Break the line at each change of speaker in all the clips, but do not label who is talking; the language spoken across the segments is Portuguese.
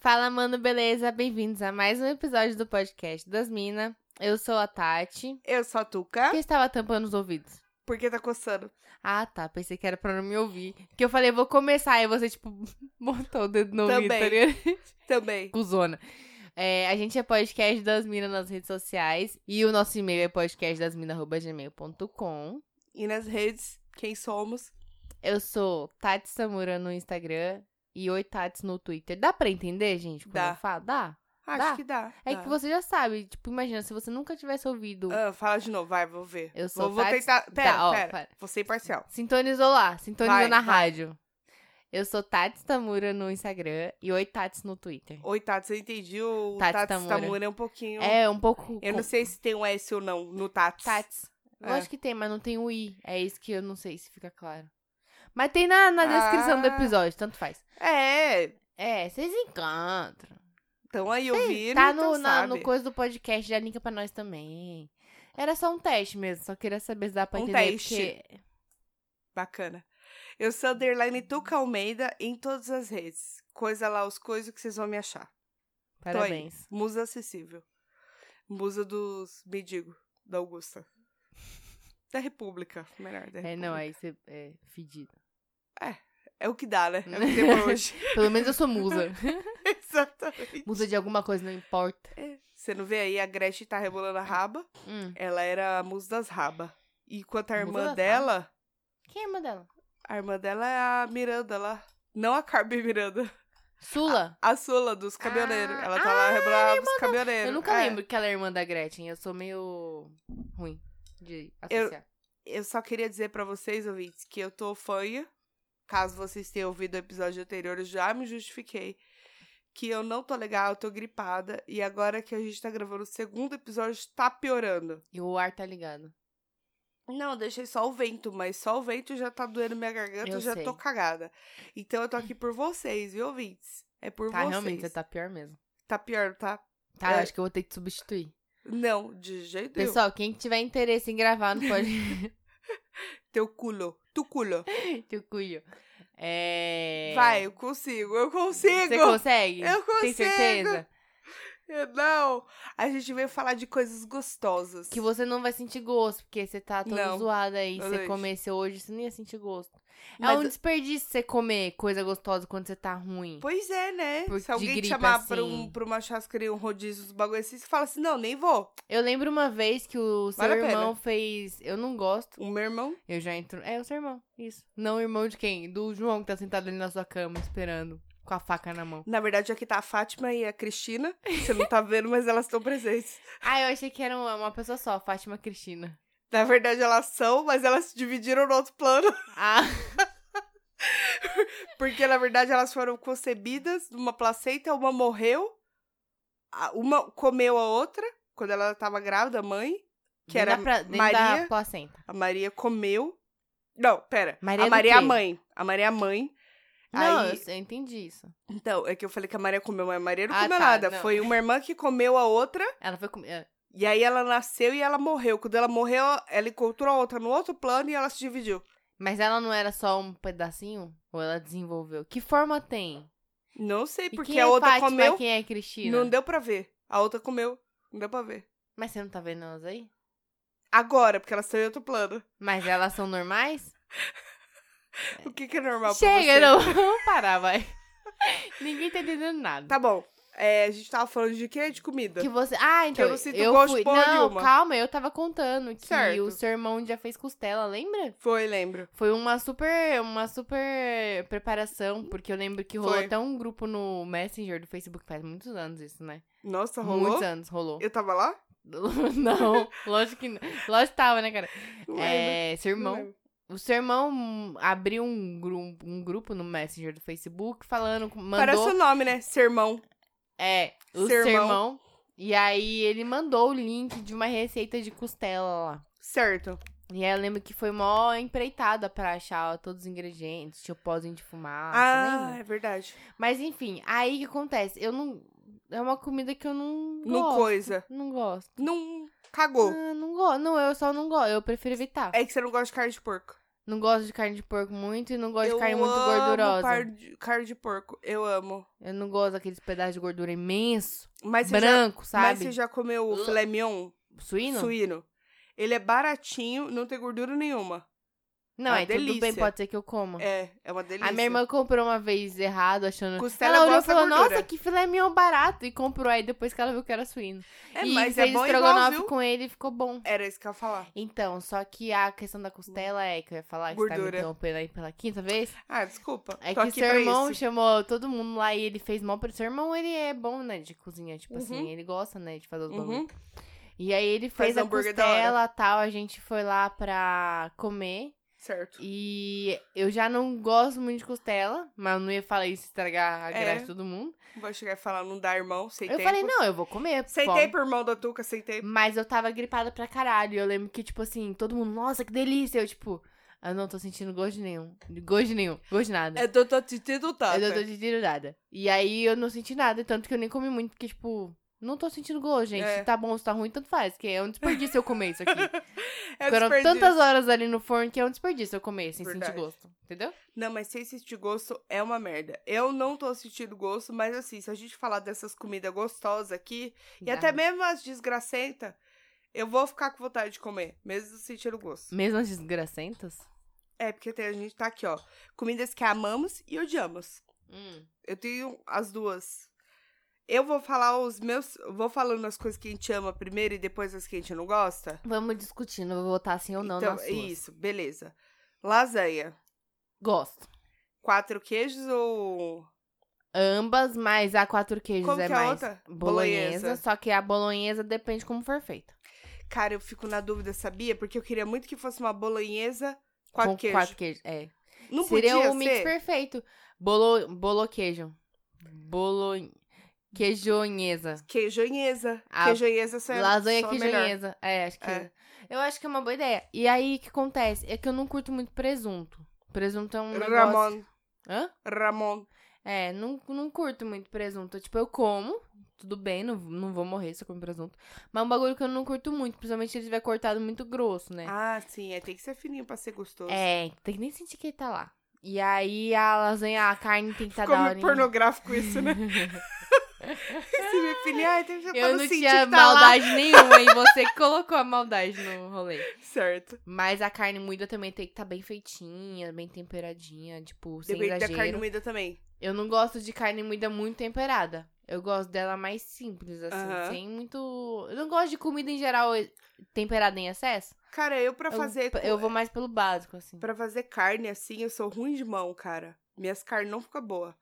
Fala, mano, beleza? Bem-vindos a mais um episódio do podcast das Minas. Eu sou a Tati.
Eu sou a Tuca.
Por que estava tampando os ouvidos?
Porque tá coçando.
Ah, tá. Pensei que era pra não me ouvir. Que eu falei, vou começar. Aí você, tipo, botou o dedo no ouvido, tá
Também.
ligado?
Também.
Cusona. É, a gente é podcast das minas nas redes sociais. E o nosso e-mail é podcastdasminas.gmail.com.
E nas redes, quem somos?
Eu sou Tati Samura no Instagram e Oi Tats no Twitter. Dá pra entender, gente, quando
Dá.
eu falo? Dá.
Acho
Dá.
que dá.
É
dá.
que você já sabe. Tipo, imagina, se você nunca tivesse ouvido...
Ah, fala de novo, vai, vou ver.
Eu sou
Vou, vou
Tati-
tentar. Pera,
Tá, ó,
pera.
para.
Vou ser imparcial.
Sintonizou lá, sintonizou
Vai,
na
vai.
rádio. Eu sou Tati Tamura no Instagram e Oi Tats no Twitter.
Oi, Tati, você entendiu? O
Tati
Tati,
Tamura.
Tamura. é um pouquinho.
É, um pouco... com-
Eu não sei se tem um S ou não no Tati.
Tats. Eu
É.
acho que tem, mas não tem o I. É isso que eu não sei se fica claro. Mas tem na, na descrição do
Ah.
episódio, tanto faz.
É.
É, vocês encontram.
Então aí eu vi.
tá
então
no, na- no
sabe.
coisa do podcast, já linka pra nós também. Era só um teste mesmo, só queria saber se dá pra
Um
entender.
teste.
porque-
Bacana. Eu sou a Underline Tuca Almeida em todas as redes. Coisa lá, os coisas que vocês vão me achar. Tô aí.
Parabéns.
Musa é acessível. Musa dos mendigos, da Augusta. Da República, melhor. Da
É, não,
República.
aí você é fedido.
É o que dá, né? É o que tem pra hoje.
Pelo menos eu sou musa.
Exatamente.
musa de alguma coisa, não importa.
Você não vê aí, a Gretchen tá rebolando a raba.
Hum.
Ela era a musa das rabas. E quanto a
Musa
irmã
das
dela,
Quem é a irmã dela?
a irmã dela é a Miranda lá. Não a Carmen Miranda.
Sula?
A Sula dos caminhoneiros.
Ah,
ela tá lá rebolando a raba dos caminhoneiros.
eu nunca
É.
lembro que ela é irmã da Gretchen. Eu sou meio ruim de
Eu-
associar.
Eu só queria dizer pra vocês, ouvintes, que eu tô fanha. Caso vocês tenham ouvido o episódio anterior, eu já me justifiquei. Que eu não tô legal, eu tô gripada. E agora que a gente tá gravando o segundo episódio, tá piorando.
E o ar tá ligado.
Não, eu deixei só o vento, mas só o vento já tá doendo minha garganta,
Eu
eu já
sei.
tô cagada. Então eu tô aqui por vocês, viu, ouvintes? É por
tá,
vocês.
realmente, você tá pior mesmo.
Tá pior, tá?
Tá, eu
É.
acho que eu vou ter que substituir.
Não, de jeito nenhum.
Pessoal, quem tiver interesse em gravar no podcast.
Teu culo. Tu culo.
Teu cuio. É...
Vai, eu consigo, eu consigo.
Você consegue? Tem
Eu consigo.
certeza?
É, Não, a gente veio falar de coisas gostosas.
Que você não vai sentir gosto, porque você tá toda
Não.
zoada aí.
Eu
Você
deixo.
comeceu hoje, você não ia sentir gosto. É
Mas-
um desperdício você comer coisa gostosa quando você tá ruim.
Pois é, né?
Por- de
Se alguém
gripe,
te chamar pra,
assim.
um, pra uma chascaria, um rodízio, uns bagulho assim, você fala assim, não, nem vou.
Eu lembro uma vez que o seu
Vale a pena.
irmão fez. Eu não gosto.
O meu irmão,
Eu já entro. É o seu irmão, isso. Não o irmão de quem? Do João que tá sentado ali na sua cama esperando, com a faca na mão.
na verdade aqui tá a Fátima e a Cristina, você não tá vendo, mas elas estão presentes.
Ah, eu achei que era uma, uma pessoa só, Fátima Cristina.
Na verdade elas são, mas elas se dividiram no outro plano,
Ah,
porque na verdade elas foram concebidas numa placenta, uma morreu, a- uma comeu a outra, quando ela tava grávida, a mãe, que
dentro
era
da pra- dentro
Maria,
da placenta.
A Maria comeu. Não, pera.
Maria
a
do
Maria é a
quê?
mãe. A Maria é a mãe.
Não,
Aí-
eu, sei, eu entendi isso.
Então, é que eu falei que a Maria comeu, mas a Maria não
Ah,
comeu
tá,
nada.
não.
Foi uma irmã que comeu a outra.
Ela foi eh, comer.
E aí ela nasceu e ela morreu. Quando ela morreu, ela encontrou a outra no outro plano e ela se dividiu.
Mas ela não era só um pedacinho? Ou ela desenvolveu? Que forma tem?
Não sei,
E
porque
quem
a
é
outra
Fátima,
comeu.
quem é Cristina?
Não deu pra ver. A outra comeu. Não deu pra ver.
Mas você não tá vendo elas aí?
Agora, porque elas estão em outro plano.
Mas elas são normais?
O que, que é normal pra
Chega,
você?
não. Vamos parar, vai. Ninguém tá entendendo nada.
Tá bom. É, a gente tava falando de quê? De comida.
Que você. Ah, então.
eu não sinto gosto
fui...
porra
Não,
nenhuma.
calma, eu tava contando que
Certo.
o seu irmão já fez costela, lembra?
Foi, lembro.
Foi uma super, uma super preparação, porque eu lembro que rolou
Foi.
até um grupo no Messenger do Facebook, faz muitos anos isso, né?
Nossa, rolou?
Muitos anos rolou.
Eu tava lá?
não, lógico que não. Lógico que tava, né, cara?
Não lembro.
É, seu
Não
irmão.
lembro.
O seu irmão hum, abriu um, gru- um grupo no Messenger do Facebook falando, com- mandou.
Parece o nome, né? Sermão.
É, o seu
Seu
irmão.
irmão.
E aí ele mandou o link de uma receita de costela lá.
Certo.
E aí eu lembro que foi mó empreitada pra achar todos os ingredientes, tinha o pozinho de fumaça,
Ah,
lembra?
é verdade.
Mas enfim, aí o que acontece? Eu não. É uma comida que eu não.
Não
gosto,
coisa.
Não gosto.
Não cagou.
Ah, não gosto. Não, eu só não gosto. Eu prefiro evitar.
É que você não gosta de carne de porco.
Não gosto de carne de porco muito e não gosto
eu
de carne muito
amo
gordurosa.
par- Carne de porco, eu amo.
Eu não gosto daqueles pedaços de gordura imenso,
Mas você, já,
branco,
mas
sabe?
você já comeu o
Ugh.
filé mignon
Suíno?
suíno? Ele é baratinho, não tem gordura nenhuma.
Não,
Ah,
é, tudo bem,
delícia.
pode ser que eu coma.
É, é uma delícia.
A minha irmã comprou uma vez errado, achando.
Costela é
ela olhou e
gosta da
falou,
gordura.
nossa, que filé mignon barato. E comprou aí depois que ela viu que era suíno.
É,
e
mas é
fez
bom igual,
estrogonofe
viu?
com ele e ficou bom.
Era isso que eu ia falar.
Então, só que a questão da costela é que eu ia falar que você tá me
Gordura.
interrompendo aí pela quinta vez.
Ah, desculpa.
É
Tô
que
aqui
seu
pra
irmão
isso.
chamou todo mundo lá e ele fez mal pra seu irmão, ele é bom, né, de cozinha, tipo
Uhum.
assim, ele gosta, né, de fazer os bagulho.
Uhum.
E aí ele
Faz
fez a
hambúrguer da hora.
costela tal, a gente foi lá pra comer.
Certo.
E eu já não gosto muito de costela, mas eu não ia falar isso estragar a
É.
graça de todo mundo.
Vou chegar e falar, não dá, irmão. Sem
eu
tempo.
falei, não, eu vou comer.
Sem
pô.
tempo, irmão da Tuca, sem tempo.
Mas eu tava gripada pra caralho. Eu lembro que, tipo assim, todo mundo, nossa, que delícia. Eu, tipo, eu não tô sentindo gosto de nenhum. Gosto de nenhum, gosto de nada.
tô tentando tá.
Eu não tô sentindo nada. E aí eu não senti nada, tanto que eu nem comi muito, porque, tipo, não tô sentindo gosto, gente.
É.
Se tá bom, se tá ruim, tanto faz. Que é um desperdício eu comer isso aqui.
É
Foram
desperdício.
tantas horas ali no forno que é um desperdício eu comer sem
Verdade.
sentir gosto. Entendeu?
Não, mas sem sentir gosto é uma merda. Eu não tô sentindo gosto, mas assim, se a gente falar dessas comidas gostosas aqui, e até mesmo as desgracentas, eu vou ficar com vontade de comer, mesmo sentindo gosto.
Mesmo as desgracentas?
É, porque tem, a gente tá aqui, ó. Comidas que amamos e odiamos. Eu tenho as duas. Eu vou falar os meus. Vou falando as coisas que a gente ama primeiro e depois as que a gente não gosta.
Vamos discutindo, vou votar sim ou não
então,
nas suas.
isso, beleza. Lasanha.
Gosto.
Quatro queijos ou.
Ambas, mas a quatro queijos
Como
é
que é a
mais
outra?
bolonhesa,
Bolonhesa.
Só que a bolonhesa depende como for feita.
Cara, eu fico na dúvida, sabia? Porque eu queria muito que fosse uma bolonhesa, quatro
Com
queijos.
quatro queijos, é.
Não
Seria
podia
o mix
ser?
perfeito. Bolo, bolo queijo. Bolo... Queijonhesa.
Queijonhesa.
Ah,
queijonhesa só é
Lasanha
só é melhor.
queijonhesa. É, acho que...
É.
Eu acho que é uma boa ideia. E aí, o que acontece? É que eu não curto muito presunto. Presunto é um negócio...
Ramon.
Hã?
Ramon.
É, não, não curto muito presunto. Tipo, eu como, tudo bem, não, não vou morrer se eu comer presunto. Mas é um bagulho que eu não curto muito, principalmente se ele tiver cortado muito grosso, né?
Ah, sim, é, tem que ser fininho pra ser gostoso.
é, tem que nem sentir que ele tá lá. E aí a lasanha, a carne tem que estar
Ficou
tá da
meio
hora.
pornográfico isso, né? Esse meu filho, ai, tem que
Eu não
sentir
tinha
que tá lá.
maldade nenhuma e você que colocou a maldade no rolê.
Certo.
Mas a carne moída também tem que estar bem feitinha, bem temperadinha, tipo, sem
Depende da
exagero.
carne moída também.
Eu não gosto de carne moída muito temperada. Eu gosto dela mais simples, assim,
Aham.
sem muito. Eu não gosto de comida em geral eh, temperada em excesso.
Cara, eu pra
Eu-
fazer.
Eu, vou mais pelo básico, assim.
Pra fazer carne assim, eu sou ruim de mão, cara. Minhas carnes não ficam boas.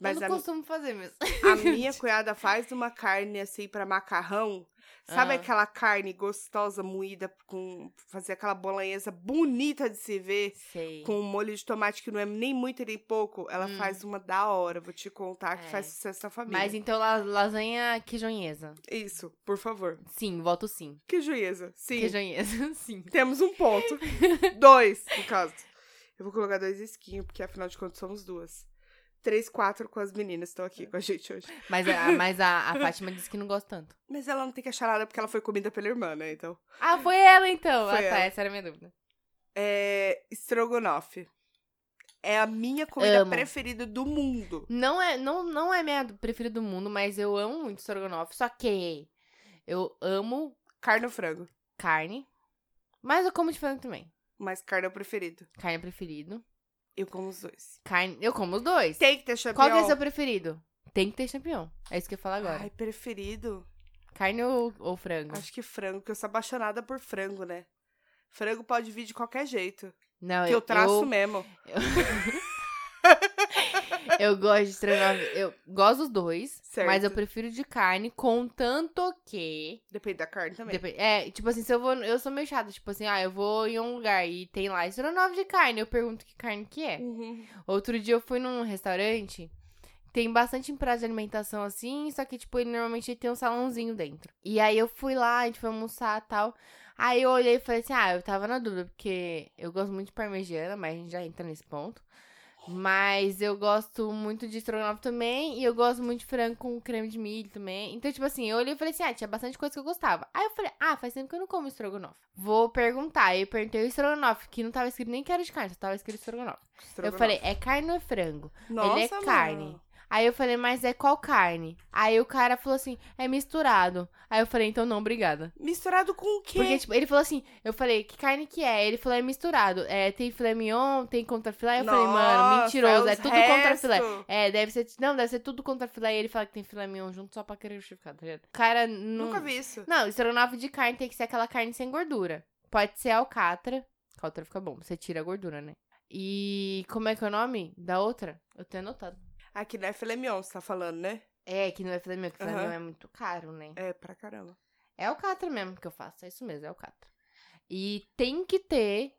Mas
eu não
a,
costumo fazer mesmo.
a minha cunhada faz uma carne assim pra macarrão. Sabe
Ah.
aquela carne gostosa, moída, com. Fazer aquela bolonhesa bonita de se ver,
Sei.
com um molho de tomate que não é nem muito e nem pouco. Ela
Hum.
faz uma da hora, vou te contar, que
É.
faz sucesso na família.
Mas então la- lasanha quijonhesa.
Isso, por favor.
Sim, voto sim.
Que juíza. Sim.
Quijonhesa, sim.
Temos um ponto. dois, no caso. Eu vou colocar dois esquinhos, porque afinal de contas somos duas. Três, quatro com as meninas que estão
É.
aqui com a gente hoje.
Mas, a, mas a, a Fátima disse que não gosta tanto.
Mas ela não tem que achar nada porque ela foi comida pela irmã, né? Então.
Ah, foi ela então.
Foi
ah, tá,
ela.
essa era a minha dúvida.
É. Estrogonofe. É a minha comida
Amo.
preferida do mundo.
Não é, não, não é minha preferida do mundo, mas eu amo muito estrogonofe. Só que eu amo
Carne ou frango?
carne. Mas eu como de frango também.
Mas carne é o preferido.
Carne é preferido.
Eu como os dois.
Carne. Eu como os dois.
Tem que ter champignon.
Qual que é seu preferido? Tem que ter champignon. É isso que eu falo agora.
Ai, preferido?
Carne ou, ou frango?
Acho que frango, porque eu sou apaixonada por frango, né? Frango pode vir de qualquer jeito.
Não,
Que eu traço
eu,
mesmo.
eu gosto de estrogonofe. Eu gosto dos dois.
Certo.
Mas eu prefiro de carne, contanto que.
Depende da carne também.
Depe- É, tipo assim, se eu vou. Eu sou meio chata. Tipo assim, ah, eu vou em um lugar e tem lá estrogonofe de carne. Eu pergunto que carne que é.
Uhum.
Outro dia eu fui num restaurante, tem bastante prato de alimentação assim, só que, tipo, ele normalmente tem um salãozinho dentro. E aí eu fui lá, a gente foi almoçar e tal. Aí eu olhei e falei assim, ah, eu tava na dúvida, porque eu gosto muito de parmegiana, mas a gente já entra nesse ponto. Mas eu gosto muito de estrogonofe também. E eu gosto muito de frango com creme de milho também. Então, tipo assim, eu olhei e falei assim: ah, tinha bastante coisa que eu gostava. Aí eu falei: ah, faz tempo que eu não como estrogonofe. Vou perguntar. Aí eu perguntei o estrogonofe, que não tava escrito nem que era de carne, só tava escrito estrogonofe. Eu falei: é carne ou é frango?
Nossa,
ele é
mano.
carne. Aí eu falei: mas é qual carne? Aí o cara falou assim: é misturado. Aí eu falei: então não, obrigada.
Misturado com o quê?
Porque, tipo, ele falou assim, eu falei, que carne que é? Ele falou, é misturado. É, tem filé mignon, tem contra filé. Eu falei, mano,
Nossa,
mentiroso, é,
os
tudo contra filé.
resto.
É, deve ser, não, deve ser tudo contra filé. E ele fala que tem filé mignon junto só pra querer justificar, tá ligado? Cara, não...
Nunca vi isso.
Não, estrogonofe de carne tem que ser aquela carne sem gordura. Pode ser alcatra. Alcatra fica bom, você tira a gordura, né? E como é que é o nome da outra? Eu tenho anotado.
Aqui não é filé mignon, você tá falando, né?
É, que não é filé mignon, que filé
Aham.
mignon é muito caro, né?
É, pra caramba.
É alcatra mesmo que eu faço, é isso mesmo, é alcatra. E tem que ter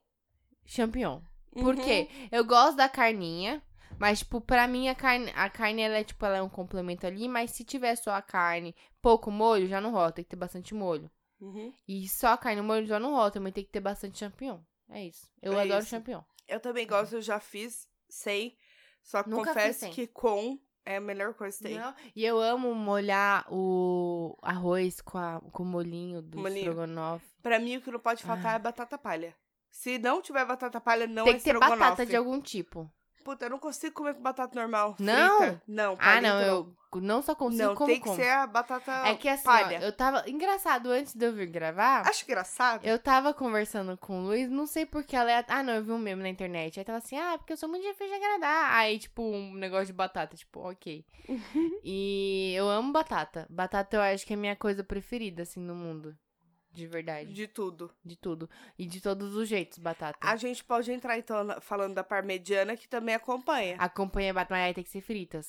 champignon. Por
Uhum.
quê? Eu gosto da carninha, mas, tipo, pra mim a carne, a carne ela é, tipo, ela é um complemento ali, mas se tiver só a carne, pouco molho, já não rola, tem que ter bastante molho.
Uhum.
E só a carne e o molho já não rola, também tem que ter bastante champignon. É isso. Eu
É
adoro
isso.
champignon.
Eu também gosto, eu já fiz sem. Só que
Nunca fiz
confesso
sem.
que com é a melhor coisa que tem.
Não, E eu amo molhar o arroz com, a, com o molhinho do
Molhinho.
estrogonofe.
Pra mim, o que não pode
Ah.
faltar é batata palha. Se não tiver batata palha, não
tem
é
que ter
estrogonofe.
batata de algum tipo.
Puta, eu não consigo comer com batata normal.
Não?
Frita. Não,
Ah,
palito
não, eu não só consigo
Não,
como
tem que
como.
ser a batata
É que assim, ó,
palha.
eu tava. Engraçado, antes de eu vir gravar,
Acho engraçado.
eu tava conversando com o Luiz, não sei porque ela é. Ah, não, eu vi um meme na internet. Aí tava assim, ah, porque eu sou muito difícil de agradar. Aí, tipo, um negócio de batata, tipo, ok. e eu amo batata. Batata eu acho que é a minha coisa preferida, assim, no mundo. De verdade.
De tudo.
De tudo. E de todos os jeitos, batata.
A gente pode entrar, então, na- falando da parmegiana, que também acompanha.
Acompanha batata, mas aí tem que ser fritas.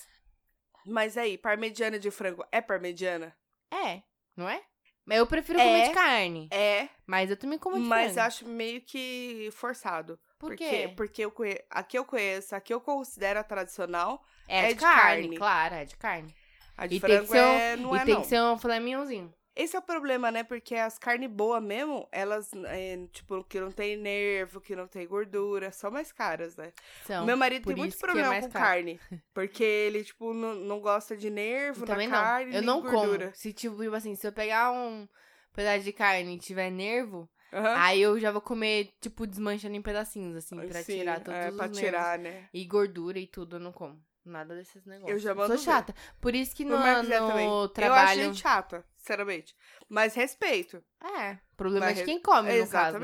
Mas aí, parmegiana de frango é parmegiana?
É, não é? Mas eu prefiro comer
É.
de carne.
É,
Mas eu também como de
mas eu
frango.
acho meio que forçado.
Por
porque,
quê?
Porque eu conhe... a que eu conheço, a que eu considero a tradicional,
É,
é
de,
de
carne,
carne.
claro, é de carne.
a de
E tem que
frango
ser um-
é, não
e
é
tem
não.
que ser um filé mignonzinho.
Esse é o problema, né? Porque as carnes boas mesmo, elas, é, tipo, que não tem nervo, que não tem gordura, são mais caras, né?
São.
Meu marido
Então, por
tem muito
isso que é
problema
mais
com
caro.
carne. Porque ele, tipo, não, não gosta de nervo
Eu também
na carne,
não. Eu
nem
não
gordura.
como. Se tipo tipo assim, se eu pegar um pedaço de carne e tiver nervo,
Aham.
aí eu já vou comer tipo desmanchando em pedacinhos assim, pra
Sim,
tirar todos
é,
os
pra
nervos.
tirar, né?
E gordura e tudo, eu não como. Nada desses negócios.
já
Sou
mando ver.
chata. Por isso que no,
Meu marido quiser também.
no
Eu
trabalho.
acho gente chata, sinceramente. Mas respeito.
É. O problema
Mas
é de
re-
quem come, no caso. né?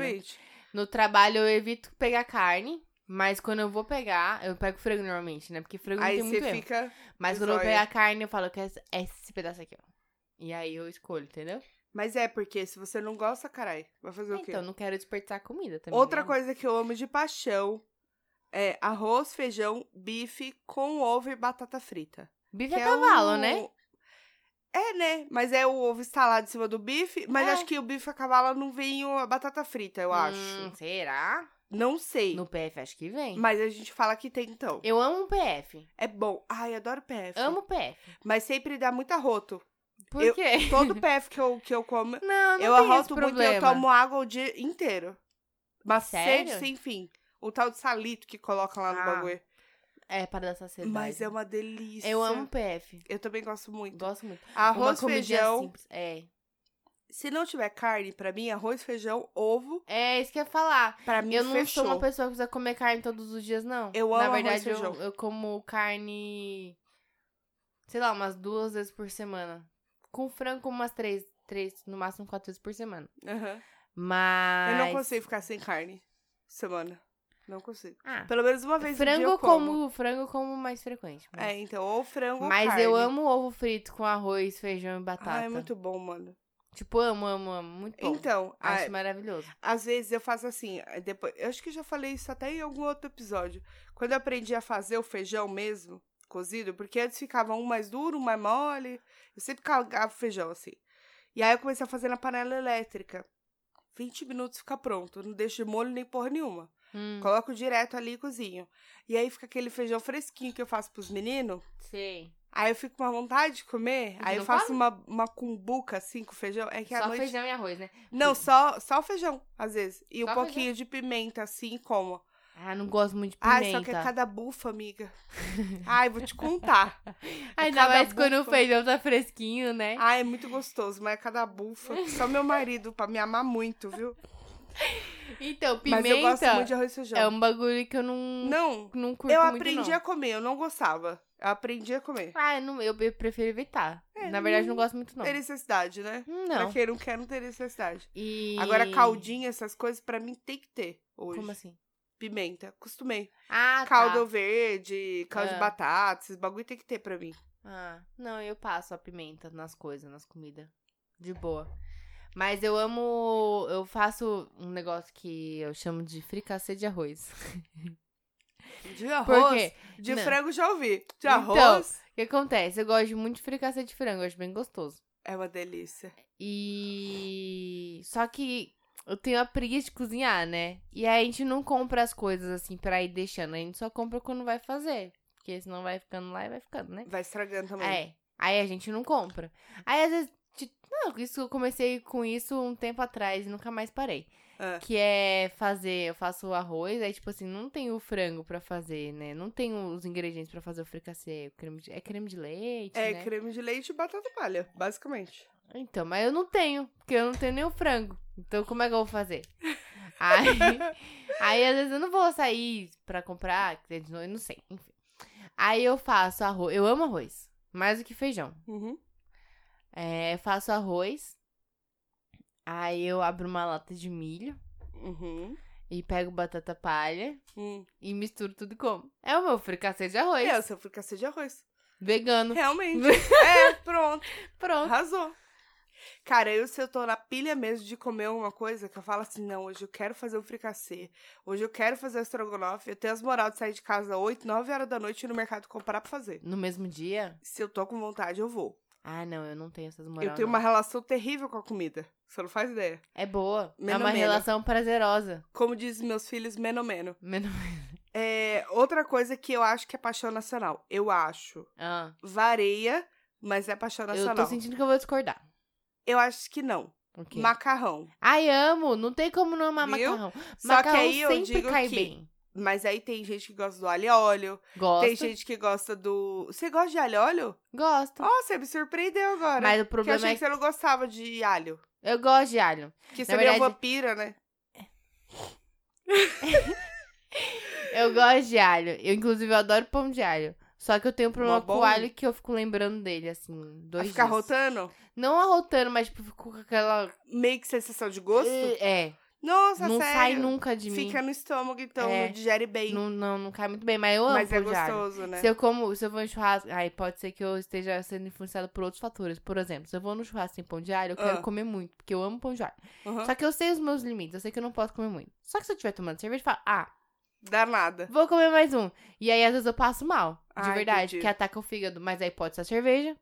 Exatamente.
No trabalho eu evito pegar carne. Mas quando eu vou pegar, eu pego frango normalmente, né? Porque frango
Aí
não tem muito
você
erro.
fica.
Mas
De
quando eu
zóia.
pegar a carne, eu falo que é esse- é esse pedaço aqui, ó. E aí eu escolho, entendeu?
Mas é, porque se você não gosta, carai, vai fazer o quê?
Então, não quero desperdiçar comida também.
Outra
né?
coisa que eu amo de paixão é arroz, feijão, bife com ovo e batata frita.
Bife é
Que é o-
cavalo, né?
É, né? Mas é o ovo estalado em cima do bife. Mas
É.
acho que o bife a cavalo não vem o- a batata frita, eu acho.
Hum, será?
Não sei.
No PF acho que vem.
Mas a gente fala que tem, então.
Eu amo o PF.
É bom. Ai, adoro PF.
Amo o PF.
Mas sempre dá muito arroto.
Por
Eu-
quê?
Todo PF que eu, que eu como,
Não, não
eu
tem esse
arroto muito e eu
problema.
tomo água o dia inteiro. Mas
Sério?
sede sem fim. O tal de salito que coloca lá no
Ah,
bagulho.
É, para dar saciedade.
Mas é uma delícia.
Eu amo o PF.
Eu também gosto muito.
Gosto muito.
Arroz,
Uma comidinha
feijão.
simples. É.
Se não tiver carne, pra mim, arroz, feijão, ovo,
É isso que eu ia falar.
pra mim,
Eu não
fechou.
sou uma pessoa que precisa comer carne todos os dias, não.
Eu
Na
amo arroz e
verdade, eu,
feijão.
eu como carne, sei lá, umas duas vezes por semana. Com frango, como umas três, três, no máximo quatro vezes por semana.
Aham.
Mas.
Eu não consigo ficar sem carne semana. Não consigo.
Ah,
Pelo menos uma vez
frango
no um dia
eu
eu como.
como, frango eu como mais frequente. Mas,
É, então, ou frango
mas
ou carne.
eu amo ovo frito com arroz, feijão e batata.
Ah, é muito bom, mano.
Tipo, amo, amo, amo. Muito bom.
Então, a-
Acho maravilhoso.
às vezes eu faço assim, aí depois, eu acho que eu já falei isso até em algum outro episódio. Quando eu aprendi a fazer o feijão mesmo, cozido, porque antes ficava um mais duro, um mais mole, eu sempre cagava o feijão assim. E aí eu comecei a fazer na panela elétrica. 20 minutos fica pronto, não deixo de molho nem porra nenhuma.
Hum,
Coloco direto ali e cozinho. E aí fica aquele feijão fresquinho que eu faço pros meninos.
sei.
Aí eu fico com uma vontade de comer.
Você
Aí eu
não
faço uma, uma cumbuca assim com feijão. É que à
Só
noite.
feijão e arroz, né?
Não, só, só o feijão, às vezes. E
Só
um pouquinho de pimenta, assim, como.
Ah, não gosto muito de pimenta.
Ai, só que é cada bufa, amiga. Ai, vou te contar.
Ainda
é cada
mais quando o
bufa.
feijão tá fresquinho, né?
Ai, é muito gostoso, mas é cada bufa. que Só meu marido, pra me amar muito, viu?
Então,
Mas eu gosto muito de
pimenta
arroz e feijão.
é um bagulho que eu não,
Não,
não curto
eu
muito,
aprendi
não.
a comer, eu não gostava. Eu aprendi a comer. É, hum.
Ah, eu, não- eu eu prefiro evitar. Na verdade, não gosto muito, não.
Tem necessidade, né?
Hum,
Pra
Não.
quem não quer, não tem necessidade.
E...
Agora, caldinha, essas coisas, pra mim tem que ter hoje.
Como assim?
Pimenta, acostumei.
Ah,
Caldo
tá.
verde, caldo
Ah.
de batata, esses bagulho tem que ter pra mim.
Ah, não, eu passo a pimenta nas coisas, nas comidas. De boa. Mas eu amo... Eu faço um negócio que eu chamo de fricassê de arroz.
De
Por
arroz,
quê?
de
Não.
frango já ouvi. De
Então.
arroz,
O que acontece? Eu gosto muito de fricassê de frango, eu acho bem gostoso.
é uma delícia.
E. Só que eu tenho a preguiça de cozinhar, né? E aí a gente não compra as coisas assim pra ir deixando, a gente só compra quando vai fazer. Porque senão vai ficando lá e vai ficando, né?
Vai estragando também.
É. Aí a gente não compra. Aí às vezes. ti- Não, isso eu comecei com isso um tempo atrás e nunca mais parei.
Ah.
Que é fazer, eu faço o arroz, aí tipo assim, não tem o frango pra fazer, né? Não tem os ingredientes pra fazer o fricassê, o creme de- é creme de leite,
É,
né?
creme de leite e batata palha, basicamente.
Então, mas eu não tenho, porque eu não tenho nem o frango. Então, como é que eu vou fazer? Aí, aí às vezes eu não vou sair pra comprar, que é de novo, eu não sei, enfim. Aí eu faço arroz, eu amo arroz, mais do que feijão.
Uhum.
É, faço arroz, aí eu abro uma lata de milho
Uhum.
e pego batata palha
Hum.
e misturo tudo e como. É o meu fricassê de arroz,
É, o seu fricassê de arroz.
vegano.
Realmente. é, pronto.
Pronto.
Arrasou. Cara, eu se eu tô na pilha mesmo de comer uma coisa, que eu falo assim, não, hoje eu quero fazer um fricassê, hoje eu quero fazer estrogonofe, eu tenho as moral de sair de casa 8, 9 horas da noite e ir no mercado comprar pra fazer.
No mesmo dia?
Se eu tô com vontade, eu vou.
Ah, não, eu não tenho essas moral,
eu tenho
não.
uma relação terrível com a comida. Você não faz ideia.
É boa, é
Meno,
uma
meno.
relação prazerosa.
Como dizem meus filhos, menos menos.
Menos.
É, outra coisa que eu acho que é paixão nacional. Eu acho.
Ah,
Vareia, mas é paixão
eu
nacional.
tô sentindo que eu vou discordar.
Eu acho que não.
Ok.
Macarrão.
Ai, amo! Não tem como não amar
Viu?
macarrão.
Só que
macarrão
aí eu
sempre
digo
cai
que.
bem.
Mas aí tem gente que gosta do alho e óleo.
Gosto.
Tem gente que gosta do. Você gosta de alho e óleo?
Gosto.
Ó, você me surpreendeu agora.
Mas o
Porque eu
problema
achei
é
que você não gostava de alho.
que eu gosto de alho.
Que
Na
seria
verdade-
vampira, né?
Eu gosto de alho. Eu, inclusive, eu adoro pão de alho. Só que eu tenho um problema
Mó
com o
bom.
alho que eu fico lembrando dele, assim,
Vai
dois
ficar
dias.
rotando?
Não arrotando, mas tipo, fico com aquela...
Meio que sensação de gosto?
É,
Nossa,
não
sério.
sai nunca de
Fica no estômago, então
É.
não digere
mim.
bem.
Não, não, não cai muito bem, mas eu amo
Mas é
pão de alho.
gostoso, né?
Se eu como, se eu vou em churrasco, aí pode ser que eu esteja sendo influenciada por outros fatores. Por exemplo, se eu vou no churrasco sem pão de alho, eu quero
Ah.
comer muito, porque eu amo pão de alho.
Uhum.
Só que eu sei os meus limites, eu sei que eu não posso comer muito. Só que se eu estiver tomando cerveja, eu falo, ah,
Dá nada.
vou comer mais um. E aí, às vezes, eu passo mal. De
Ah,
verdade,
entendi.
porque ataca o fígado. Mas aí pode ser a cerveja,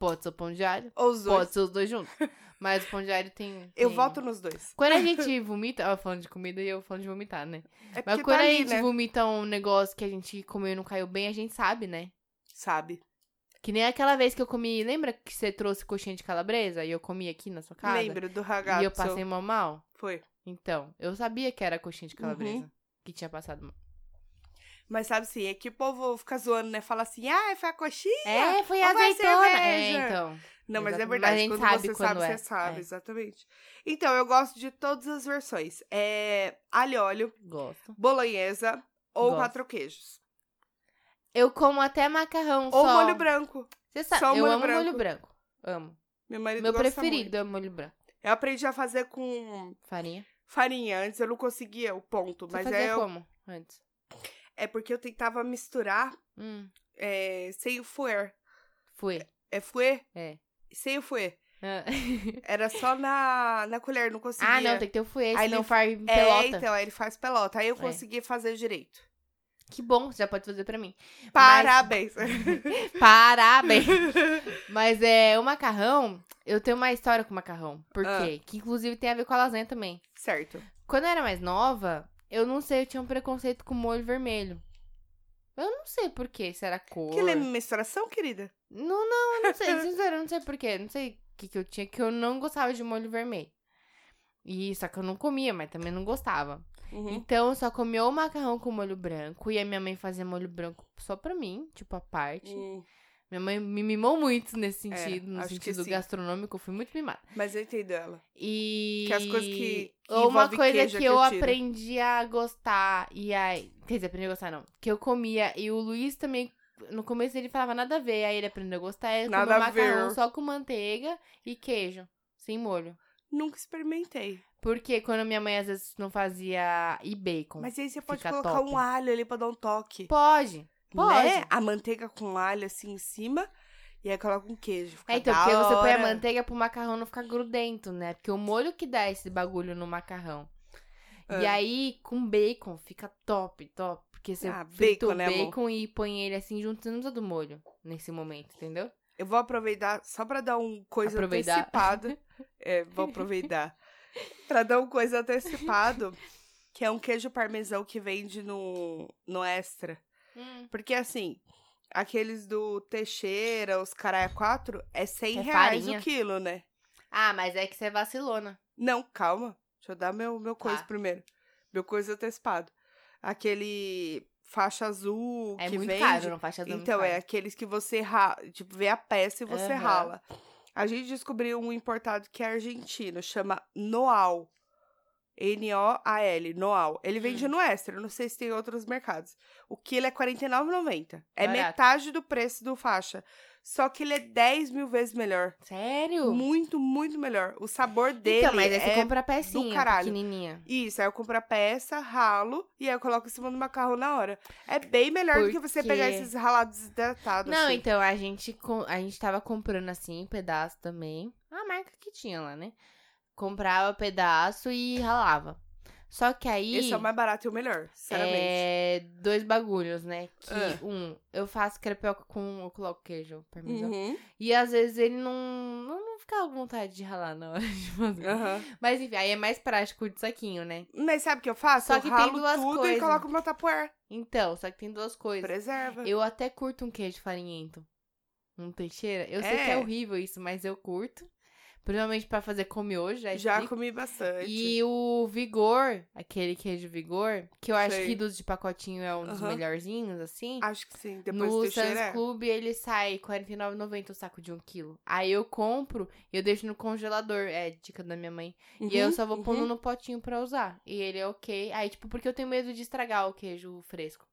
pode ser o pão de alho,
Ou os dois.
pode ser os dois juntos. Mas o pão de alho tem.
Eu
tem-
voto nos dois.
Quando a gente vomita, ó, falando de comida e eu falando de vomitar, né?
É porque
Mas
tá
quando a
ali,
gente
né?
vomita um negócio que a gente comeu e não caiu bem, a gente sabe, né?
Sabe?
Que nem aquela vez que eu comi, lembra que você trouxe coxinha de calabresa e eu comi aqui na sua casa?
Lembro do ragazzo.
E eu passei um mó mal?
Foi.
Então, eu sabia que era coxinha
Uhum.
de calabresa que tinha passado mal.
Mas sabe assim, é que o povo fica zoando, né? Fala assim, ah, foi a coxinha?
É, foi
Ou
a
vai
azeitona.
cerveja.
É, então.
Não, mas é
Exatamente. Mas
verdade.
a gente
quando
sabe
você
quando
sabe,
é.
você sabe,
É.
exatamente. Então, eu gosto de todas as versões. É alho e óleo,
Gosto.
bolonhesa ou
Gosto.
quatro queijos.
Eu como até macarrão
Ou
só.
molho branco.
Você sabe,
Só o
eu
molho
amo
branco.
molho branco. Amo.
Meu marido
Meu
gosta muito.
preferido é molho branco.
Eu aprendi a fazer com
Farinha.
farinha. Antes eu não conseguia o ponto.
Você
mas
fazia
é, eu-
como antes?
é porque eu tentava misturar
Hum,
é, sem o fuer.
fui.
É fuer?
É.
Sem o fuer.
Ah,
Era só na, na colher, não conseguia.
Ah, não, tem que ter o fui.
Aí
Aí não
ele-
faz
É,
pelota.
então, aí ele faz pelota. Aí eu
É.
consegui fazer direito.
Que bom, você já pode fazer pra mim.
Parabéns.
Parabéns! Mas é, o macarrão, eu tenho uma história com macarrão. Por
Ah.
quê? Que inclusive tem a ver com a lasanha também.
certo.
Quando eu era mais nova, eu não sei, eu tinha um preconceito com molho vermelho. Eu não sei por quê, se era cor.
Que lembra é misturação, querida?
Não, não, eu não sei, sincero, eu não sei por quê. Não sei o que, que eu tinha, que eu não gostava de molho vermelho. E só que eu não comia, mas também não gostava.
Uhum.
Então, eu só comia o macarrão com molho branco. E a minha mãe fazia molho branco só pra mim, tipo, à parte.
Hum.
Minha mãe me mimou muito nesse
É,
sentido, no
acho que
sentido
sim.
gastronômico. Eu fui muito mimada.
Mas eu entendo ela.
E.
Que é as coisas que- que
Ou uma
envolve
coisa
queijo
que
é que
eu,
eu tiro.
aprendi a gostar. E aí. Quer dizer, aprendi a gostar, não. Que eu comia. E o Luiz também. No começo ele falava nada a ver. Aí ele aprendeu a gostar. Ele
Nada
comeu
a
macarrão
ver.
só com manteiga e queijo. Sem molho.
Nunca experimentei.
Porque quando minha mãe às vezes não fazia. E bacon.
Mas aí você pode
Fica
colocar
top.
um alho ali pra dar um toque.
Pode. Pode.
Né? A manteiga com alho assim em cima. E aí coloca um queijo. Fica
É, então,
da
porque você põe a
hora.
manteiga pro macarrão não ficar grudento, né? Porque o molho que dá esse bagulho no macarrão. E
É.
aí, com bacon, fica top, top. Porque você
Ah,
frita
bacon,
o
né, amor?
bacon e põe ele assim junto, você não precisa do molho nesse momento, entendeu?
Eu vou aproveitar só pra dar um coisa
Aproveitar.
antecipada. É, vou aproveitar. pra dar um coisa antecipado, que é um queijo parmesão que vende no, no Extra. Porque assim, aqueles do Teixeira, os Caraia 4, é 100
É
reais
farinha.
o quilo, né?
Ah, mas é que você é vacilona.
Não, calma. Deixa eu dar meu, meu coisa
Tá.
primeiro. Meu coisa antecipado. Aquele faixa azul
É
que
muito
vende.
caro, não faixa azul.
Então, é aqueles que você ra... tipo, vê a peça e você
Aham.
rala. A gente descobriu um importado que é argentino, chama Noal. N-O-A-L, Noal. Ele vende
Hum.
no Extra, não sei se tem outros mercados. O quilo é R$ 49,90. É
Barato.
metade do preço do faixa. Só que ele é 10 mil vezes melhor.
Sério?
Muito, muito melhor. O sabor dele
então, mas aí você
é...
compra a pecinha
caralho.
pequenininha.
Isso, aí eu compro a peça, ralo e aí eu coloco em cima do macarrão na hora. É bem melhor do que você
Porque-
pegar esses ralados desidratados.
Não,
assim.
então, a gente, co- a gente tava comprando, assim, pedaço também. A marca que tinha lá, né? Comprava pedaço e ralava. Só que aí...
Esse é o mais barato e o melhor, sinceramente.
É, dois bagulhos, né? Que,
Ah.
um, eu faço crepioca com... Eu coloco queijo, parmesão.
Uhum.
E às vezes ele não... Não, não fica com vontade de ralar na hora de fazer.
Aham.
Mas enfim, aí é mais prático de saquinho, né?
Mas sabe o que eu faço?
Só
eu
que tem
ralo
duas
tudo
coisas.
e coloco no meu tapuer.
Então, só que tem duas coisas.
Preserva.
Eu até curto um queijo farinhento. Um teixeira. Eu sei que é
É.
horrível isso, mas eu curto. Principalmente pra fazer comiojo, já
Já
explico.
comi bastante.
E o Vigor, aquele queijo Vigor, que eu acho
Sei.
que dos de pacotinho é um dos
Aham.
melhorzinhos, assim.
Acho que sim. Depois
no
do cheiro
Suns
é.
Club ele sai R$49,90 o saco de um quilo. Aí eu compro e eu deixo no congelador. É dica da minha mãe. e
Uhum,
eu só vou pondo no potinho pra usar. E ele é ok. Aí, tipo, porque eu tenho medo de estragar o queijo fresco,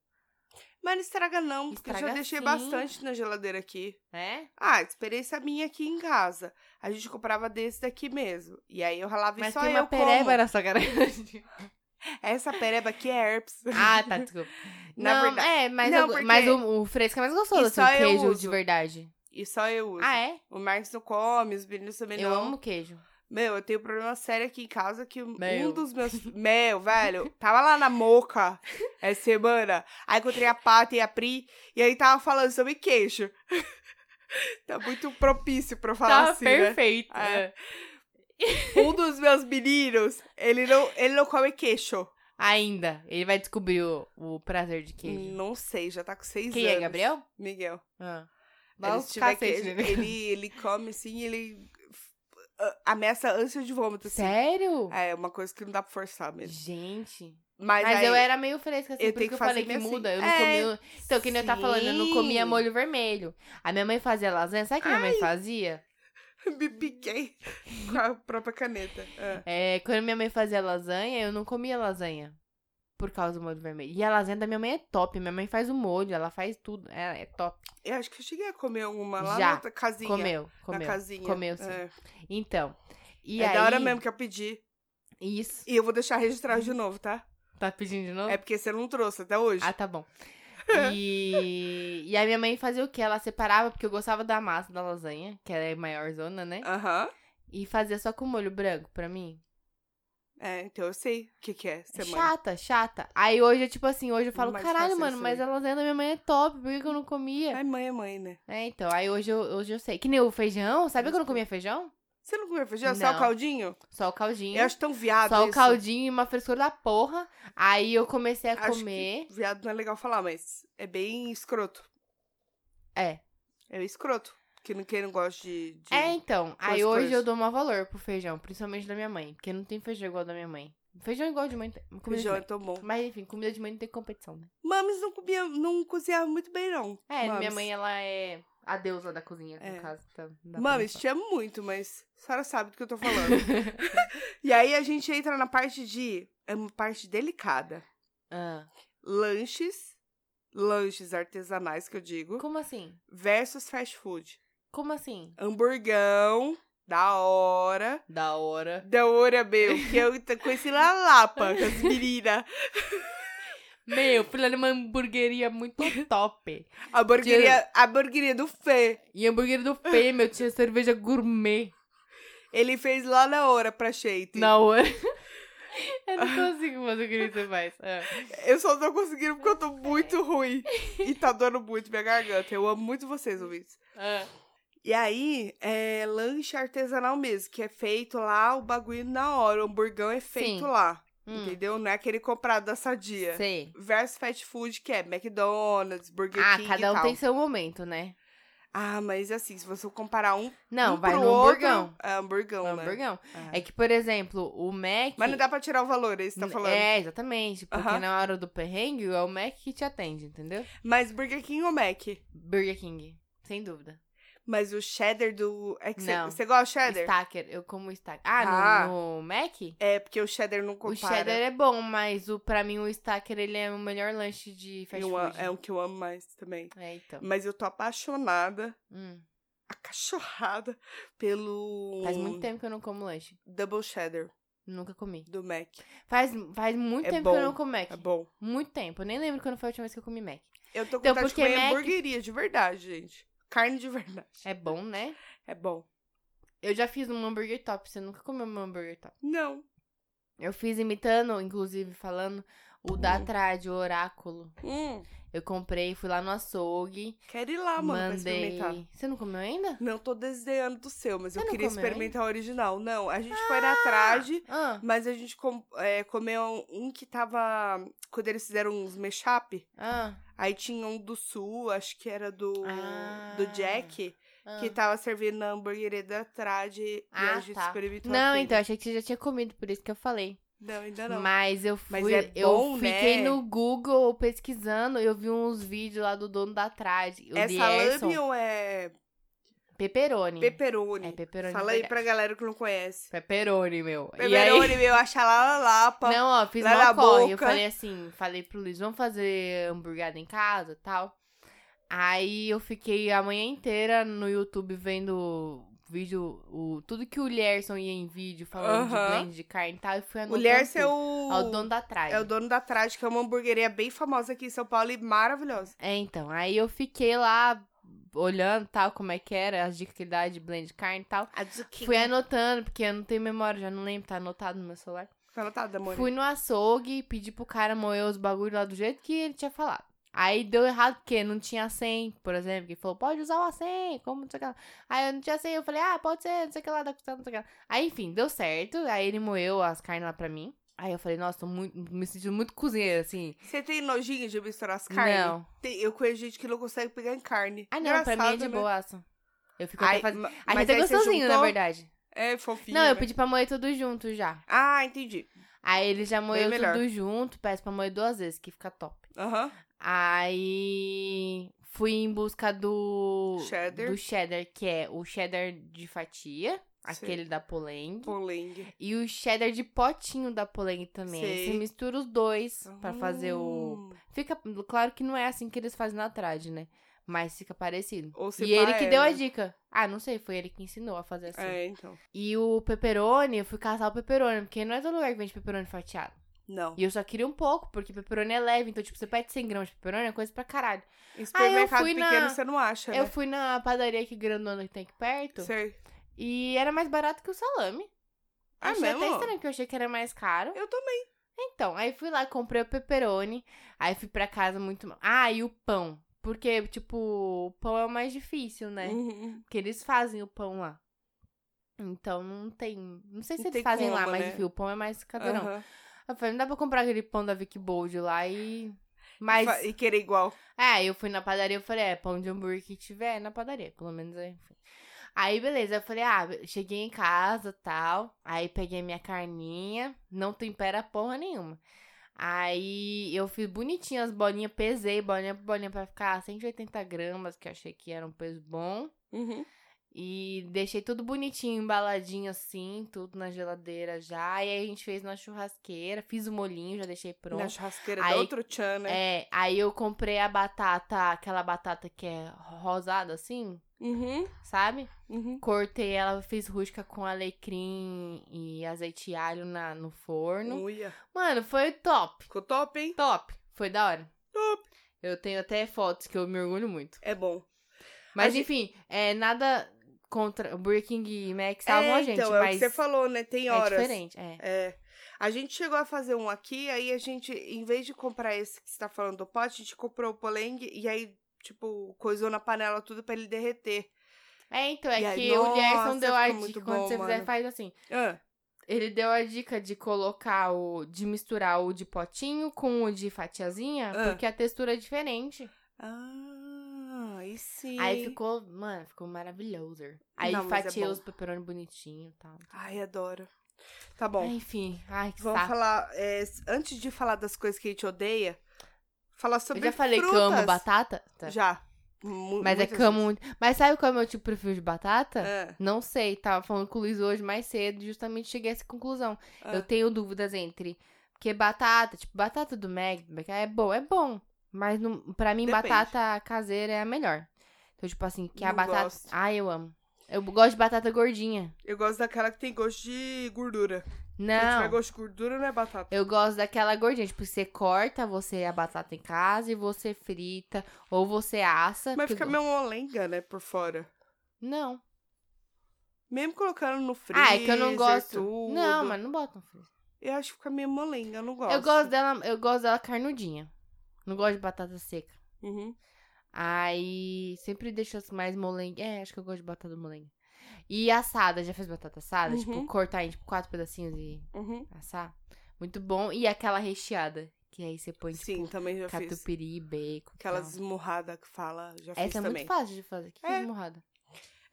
Mas não estraga não, porque eu
Estraga
já deixei
sim.
bastante na geladeira aqui.
né?
Ah, experiência minha aqui em casa. A gente comprava desse daqui mesmo. E aí eu ralava e
Mas
só
tem
eu
uma pereba né?
como.
na sua garagem.
Essa pereba aqui é herpes.
ah, tá, desculpa.
Na
não,
verdade-
é, mas,
Não,
eu-
porque-
mas o, o fresco é mais gostoso,
E
assim,
só
o
eu
queijo de
uso.
verdade.
E só eu uso.
Ah, é?
O Marcos não come, os meninos também
Eu
não.
amo queijo.
Meu, eu tenho um problema sério aqui em casa que
Meu.
um dos meus. Meu, velho, tava lá na moca essa semana. Aí encontrei a Paty e a Pri, e aí tava falando sobre queijo. tá muito propício pra eu falar
tá
assim. né?
perfeito.
É. Um dos meus meninos, ele não, ele não come queijo.
Ainda. Ele vai descobrir o, o prazer de queijo.
Não sei, já tá com seis
Quem
anos.
é, Gabriel?
Miguel.
Ah.
ele,
Dá uns
se tiver
cacete
queijo,
nele.
ele, ele come assim, ele f- a- ameaça ânsia de vômito. Assim.
Sério?
É, uma coisa que não dá pra forçar mesmo.
Gente.
Mas,
Mas,
aí,
eu era meio fresca, assim,
eu
por
tenho
isso que eu
que
falei
fazer
que
meio assim.
muda. Eu não
É,
comia. Então, que nem eu tava falando, eu não comia
sim.
molho vermelho. A minha mãe fazia lasanha, sabe o que minha mãe fazia?
Me piquei com a própria caneta. É.
É, quando minha mãe fazia lasanha, eu não comia lasanha. Por causa do molho vermelho. E a lasanha da minha mãe é top. Minha mãe faz o molho, ela faz tudo. Ela é top.
Eu acho que eu cheguei a comer uma lá
Já,
na outra casinha.
Comeu,
Na
comeu.
casinha.
Comeu, sim.
É,
Então. E
É
aí,
da hora mesmo que eu pedi.
Isso.
E eu vou deixar registrado de novo, tá?
Tá pedindo de novo?
É porque você não trouxe até hoje.
Ah, tá bom. E... e a minha mãe fazia o quê? Ela separava, porque eu gostava da massa da lasanha, que ela é maior zona, né?
Aham.
E fazia só com molho branco pra mim.
É, então eu sei o que, que é semana.
Chata, chata. Aí hoje eu, tipo assim, hoje eu falo,
Hum, Mais
caralho,
fácil
mano,
isso
mas
aí."
a lasanha da minha mãe é top, por que que eu não comia?
Ai, mãe é mãe, né?
É, então, aí hoje eu, hoje eu sei. Que nem o feijão, sabe que eu não comia feijão?
Você não comeu feijão? Só
Não.
o caldinho?
Só o caldinho.
Eu acho tão viado
Só o
isso.
caldinho e uma frescura da porra. Aí eu comecei a
Acho que
comer.
Viado não é legal falar, mas é bem escroto.
É.
É escroto. Que não, quem não gosta de... de-
É, então. Aí
coisa,
hoje
coisa.
eu dou maior valor pro feijão, principalmente da minha mãe. Porque não tem feijão igual ao da minha mãe. Feijão é igual de mãe. tem- Comida
Feijão
de
é
mãe.
tão bom.
Mas enfim, comida de mãe não tem competição, né?
Mames não, comia, não cozinhava muito bem, não.
É,
Mames.
minha mãe, ela é a deusa da cozinha,
É.
no caso. Então, não dá pra
Mames,
falar.
te amo muito, mas a senhora sabe do que eu tô falando. e aí a gente entra na parte de. É uma parte delicada.
Ah,
Lanches. Lanches artesanais, que eu digo.
como assim?
Versus fast food.
Como assim?
Hamburgão. Da hora.
Da hora.
Da hora, meu. Que eu t- conheci lá na Lapa com as meninas.
Meu, fui lá numa hamburgueria muito top.
A hamburgueria, a hamburgueria do Fê.
E hambúrguer do Fê, meu, tinha cerveja gourmet
Tipo. Ele fez lá na hora pra Sheite.
na hora. Eu não consigo fazer o que você faz. Ah.
Eu só tô conseguindo porque eu tô
é.
muito ruim. E tá doendo muito minha garganta. Eu amo muito vocês, ouvintes.
Ah.
E aí, é lanche artesanal mesmo, que é feito lá, o bagulho na hora, o hamburgão é feito
Sim.
lá,
Hum,
entendeu? Não é aquele comprado da Sadia.
sei.
Versus fast food, que é McDonald's, Burger
Ah,
King
cada
e
um
tal.
tem seu momento, né?
Ah, mas assim, se você comparar um
Não,
um
vai
pro
no
outro,
hamburgão.
É hamburgão,
No
né?
hamburgão.
Ah.
É que, por exemplo, o Mac...
Mas não dá pra tirar o valor, é isso que tá falando.
É, exatamente. Porque
Aham.
na hora do perrengue, é o Mac que te atende, entendeu?
Mas Burger King ou Mac?
Burger King, sem dúvida.
Mas o cheddar do... É que você
Não.
você gosta de cheddar?
Stacker, eu como stacker. Ah, no-
Ah.
no Mac?
É, porque o cheddar não
O
compara.
cheddar é bom, mas o, pra mim o stacker ele é o melhor lanche de fast
Eu a-
food.
é o que eu amo mais também.
É, então.
Mas eu tô apaixonada,
Hum.
acachorrada, pelo
Faz muito tempo que eu não como lanche.
Double Cheddar
Nunca comi.
do Mac.
Faz, faz muito
É
tempo
bom,
que eu não como Mac.
É bom.
Muito tempo. Eu nem lembro quando foi a última vez que eu comi Mac.
Eu tô com
Então,
vontade de
porque
comer
Mac-
hamburgueria de verdade, gente. Carne de verdade.
É bom, né?
É bom.
Eu já fiz um hambúrguer top. Você nunca comeu um hambúrguer top.
Não.
Eu fiz imitando, inclusive, falando o
Uhum.
da Trade, o Oráculo.
Hum,
Eu comprei, fui lá no açougue.
quero ir lá, Ah, mano, pra
mandei.
experimentar.
Você não comeu ainda?
Não tô desdenhando do seu, mas
Você
eu
não
queria
comeu,
experimentar o original. Não, a gente foi na traje,
Ah,
mas a gente com- é, comeu um que tava. Quando eles fizeram uns mashup,
ah,
aí tinha um do sul, acho que era do.
Ah.
do Jack.
ah.
que tá tava servindo na hamburgueria da Trade e a
Ah,
gente
tá.
experimentou.
Não,
aquele.
então, achei que você já tinha comido, por isso que eu falei.
Não, ainda não.
Mas eu fui.
Mas é
eu
bom,
fiquei
né?
no Google pesquisando, eu vi uns vídeos lá do dono da Trade. O
é salame
Lierson.
ou é
Peperoni.
pepperoni?
É pepperoni.
Fala aí pra galera que não conhece.
Peperoni, meu. E aí...
Pepperoni, meu, acha lá na Lapa.
Não, ó, fiz
Lá na
mal corre. Eu
boca.
falei assim, falei pro Luiz, vamos fazer hamburguada em casa e tal. Aí eu fiquei a manhã inteira no YouTube vendo vídeo, o, tudo que o Lierson ia em vídeo falando
Aham.
de blend de carne e tal. E fui
o
anotando
Lierce é
tudo.
o...
É o dono da trás.
é o dono da Trade, que é uma hamburgueria bem famosa aqui em São Paulo e maravilhosa.
É, então, aí eu fiquei lá olhando tal, como é que era, as dicas que ele dava de blend de carne e tal.
A zucchini.
Fui anotando, porque eu não tenho memória, já não lembro, tá anotado no meu celular.
Foi anotada, amor.
Fui no açougue, pedi pro cara moer os bagulho lá do jeito que ele tinha falado. Aí deu errado porque não tinha 100, por exemplo. Que ele falou, pode usar o A100, como não sei o que lá. Aí eu não tinha 100, eu falei, ah, pode ser, não sei o que lá, da costela, não sei o que lá. Aí, enfim, deu certo. Aí ele moeu as carnes lá pra mim. Aí eu falei, nossa, tô muito, me sentindo muito cozinheira, assim.
Você tem nojinho de misturar as carnes?
Não.
Tem- eu conheço gente que não consegue pegar em carne.
Ah, não, pra mim é de
Engraçado, né?
boaça. Eu fico
Ai,
até fazendo...
ma-
Achei
mas
até
aí você
gostosinho, é na
juntou?
verdade.
É fofinho,
não, eu
né?
pedi pra moer tudo junto já.
Ah, entendi.
Aí ele já moeu
melhor.
tudo junto, peço pra moer duas vezes, que fica top.
Aham.
Aí fui em busca do
Cheddar.
do cheddar, que é o cheddar de fatia, aquele da polengue,
Polengue.
e o cheddar de potinho da polengue também. Aí
Sei.
Você mistura os dois pra fazer o
Hum.
Fica claro que não é assim que eles fazem na trade, né? Mas fica parecido.
Ou se
E ele
pá,
que
é,
deu a
né?
dica. Ah, não sei, foi ele que ensinou a fazer assim.
É, então.
E o pepperoni, eu fui caçar o pepperoni, porque não é todo lugar que vende pepperoni fatiado.
Não.
E eu só queria um pouco, porque pepperoni é leve, então, tipo, você pede 100 gramas de pepperoni, é coisa pra caralho.
Em supermercado
fui
pequeno
na-
você não acha,
Eu
né? é
fui na padaria aqui grandona que tem aqui perto
Sei.
e era mais barato que o salame.
Ah,
achei
mesmo?
até estranho, porque eu achei que era mais caro.
Eu também.
Então, aí fui lá, comprei o pepperoni, aí fui pra casa muito mal. Ah, e o pão. Porque, tipo, o pão é o mais difícil, né?
Uhum.
Porque eles fazem o pão lá. Então não tem. Não sei se
Não tem
eles fazem lá,
como,
mas
né?
enfim, o pão é mais cadeirão.
Aham.
Eu falei, não dá pra comprar aquele pão da Vic Bold lá e. Mas.
Fa- E querer igual.
É, eu fui na padaria, eu falei, é, pão de hambúrguer que tiver na padaria, pelo menos, é, enfim. Aí, beleza, eu falei, ah, cheguei em casa tal. Aí peguei minha carninha, não tempera porra nenhuma. Aí eu fiz bonitinho as bolinhas, pesei bolinha por bolinha pra ficar 180 gramas, que eu achei que era um peso bom.
Uhum.
E deixei tudo bonitinho, embaladinho assim, tudo na geladeira já. E aí a gente fez na churrasqueira, fiz o molhinho, já deixei pronto.
Na churrasqueira
Aí-
da outro tchan, né?
É, aí eu comprei a batata, aquela batata que é rosada assim,
Uhum.
sabe?
Uhum.
Cortei ela, fiz rústica com alecrim e azeite e alho na, no forno.
Uia.
Mano, foi top.
Ficou top, hein?
Top. Foi da hora.
Top.
Eu tenho até fotos que eu me orgulho muito.
É bom.
Mas
gente-
enfim, é nada contra. O Burger King e Mac salvam a
é,
gente,
então, é o
mas
que você falou, né? Tem
é
horas.
diferente. É.
É. A gente chegou a fazer um aqui, aí a gente, em vez de comprar esse que você tá falando do pote, a gente comprou o polengue e aí, tipo, coisou na panela tudo pra ele derreter.
É, então,
E
é
aí,
que o Gerson
nossa,
deu a
ficou
dica.
muito
Quando
bom,
você fizer,
mano.
faz assim.
Ah,
Ele deu a dica de colocar o. de misturar o de potinho com o de fatiazinha,
Ah.
porque a textura é diferente.
ah aí sim.
Aí ficou, mano, ficou maravilhoso. Aí
Não, mas é
fatiei
bom.
os peperoni bonitinho e tal.
Ai, adoro. Tá bom.
Enfim, ai, que
Vamos
saco.
falar. é, s- antes de falar das coisas que a gente odeia, falar sobre.
Eu já falei
frutas.
que eu amo batata. Tá.
Já. Mu-
Mas é
muitas
que eu amo
vezes.
muito. Mas sabe qual é o meu tipo de perfil de batata?
Ah,
Não sei, tava falando com o Luiz hoje mais cedo, justamente cheguei a essa conclusão.
Ah.
Eu tenho dúvidas entre. Porque batata, tipo, batata do Mac é bom, é bom. Mas não, pra mim,
Depende.
batata caseira é a melhor. Então, tipo assim, que a
Não
batata.
gosto.
Ai, eu amo. Eu gosto de batata gordinha.
eu gosto daquela que tem gosto de gordura. Se não tiver
Não.
gosto de gordura, não é batata.
Eu gosto daquela gordinha, tipo, você corta você a batata em casa e você frita, ou você assa.
Mas
porque-
fica meio molenga, né, por fora.
Não.
Mesmo colocando no freezer.
Ah, é que eu não gosto.
tudo.
Não, mas não bota no freezer.
Eu acho que fica meio molenga, eu não gosto.
Eu gosto dela, eu gosto dela carnudinha. Não gosto de batata seca.
Uhum.
Aí sempre deixo as mais molenga. É, acho que eu gosto de batata molenga. E assada, já fez batata assada?
Uhum.
Tipo, cortar em tipo, quatro pedacinhos e
Uhum.
assar. Muito bom. E aquela recheada, que aí você põe,
Sim,
tipo,
também já fiz.
catupiry, bacon. e
Aquelas
tal.
esmurradas que fala, já fiz
Essa é
também.
muito fácil de fazer. Que
É.
é. esmurrada.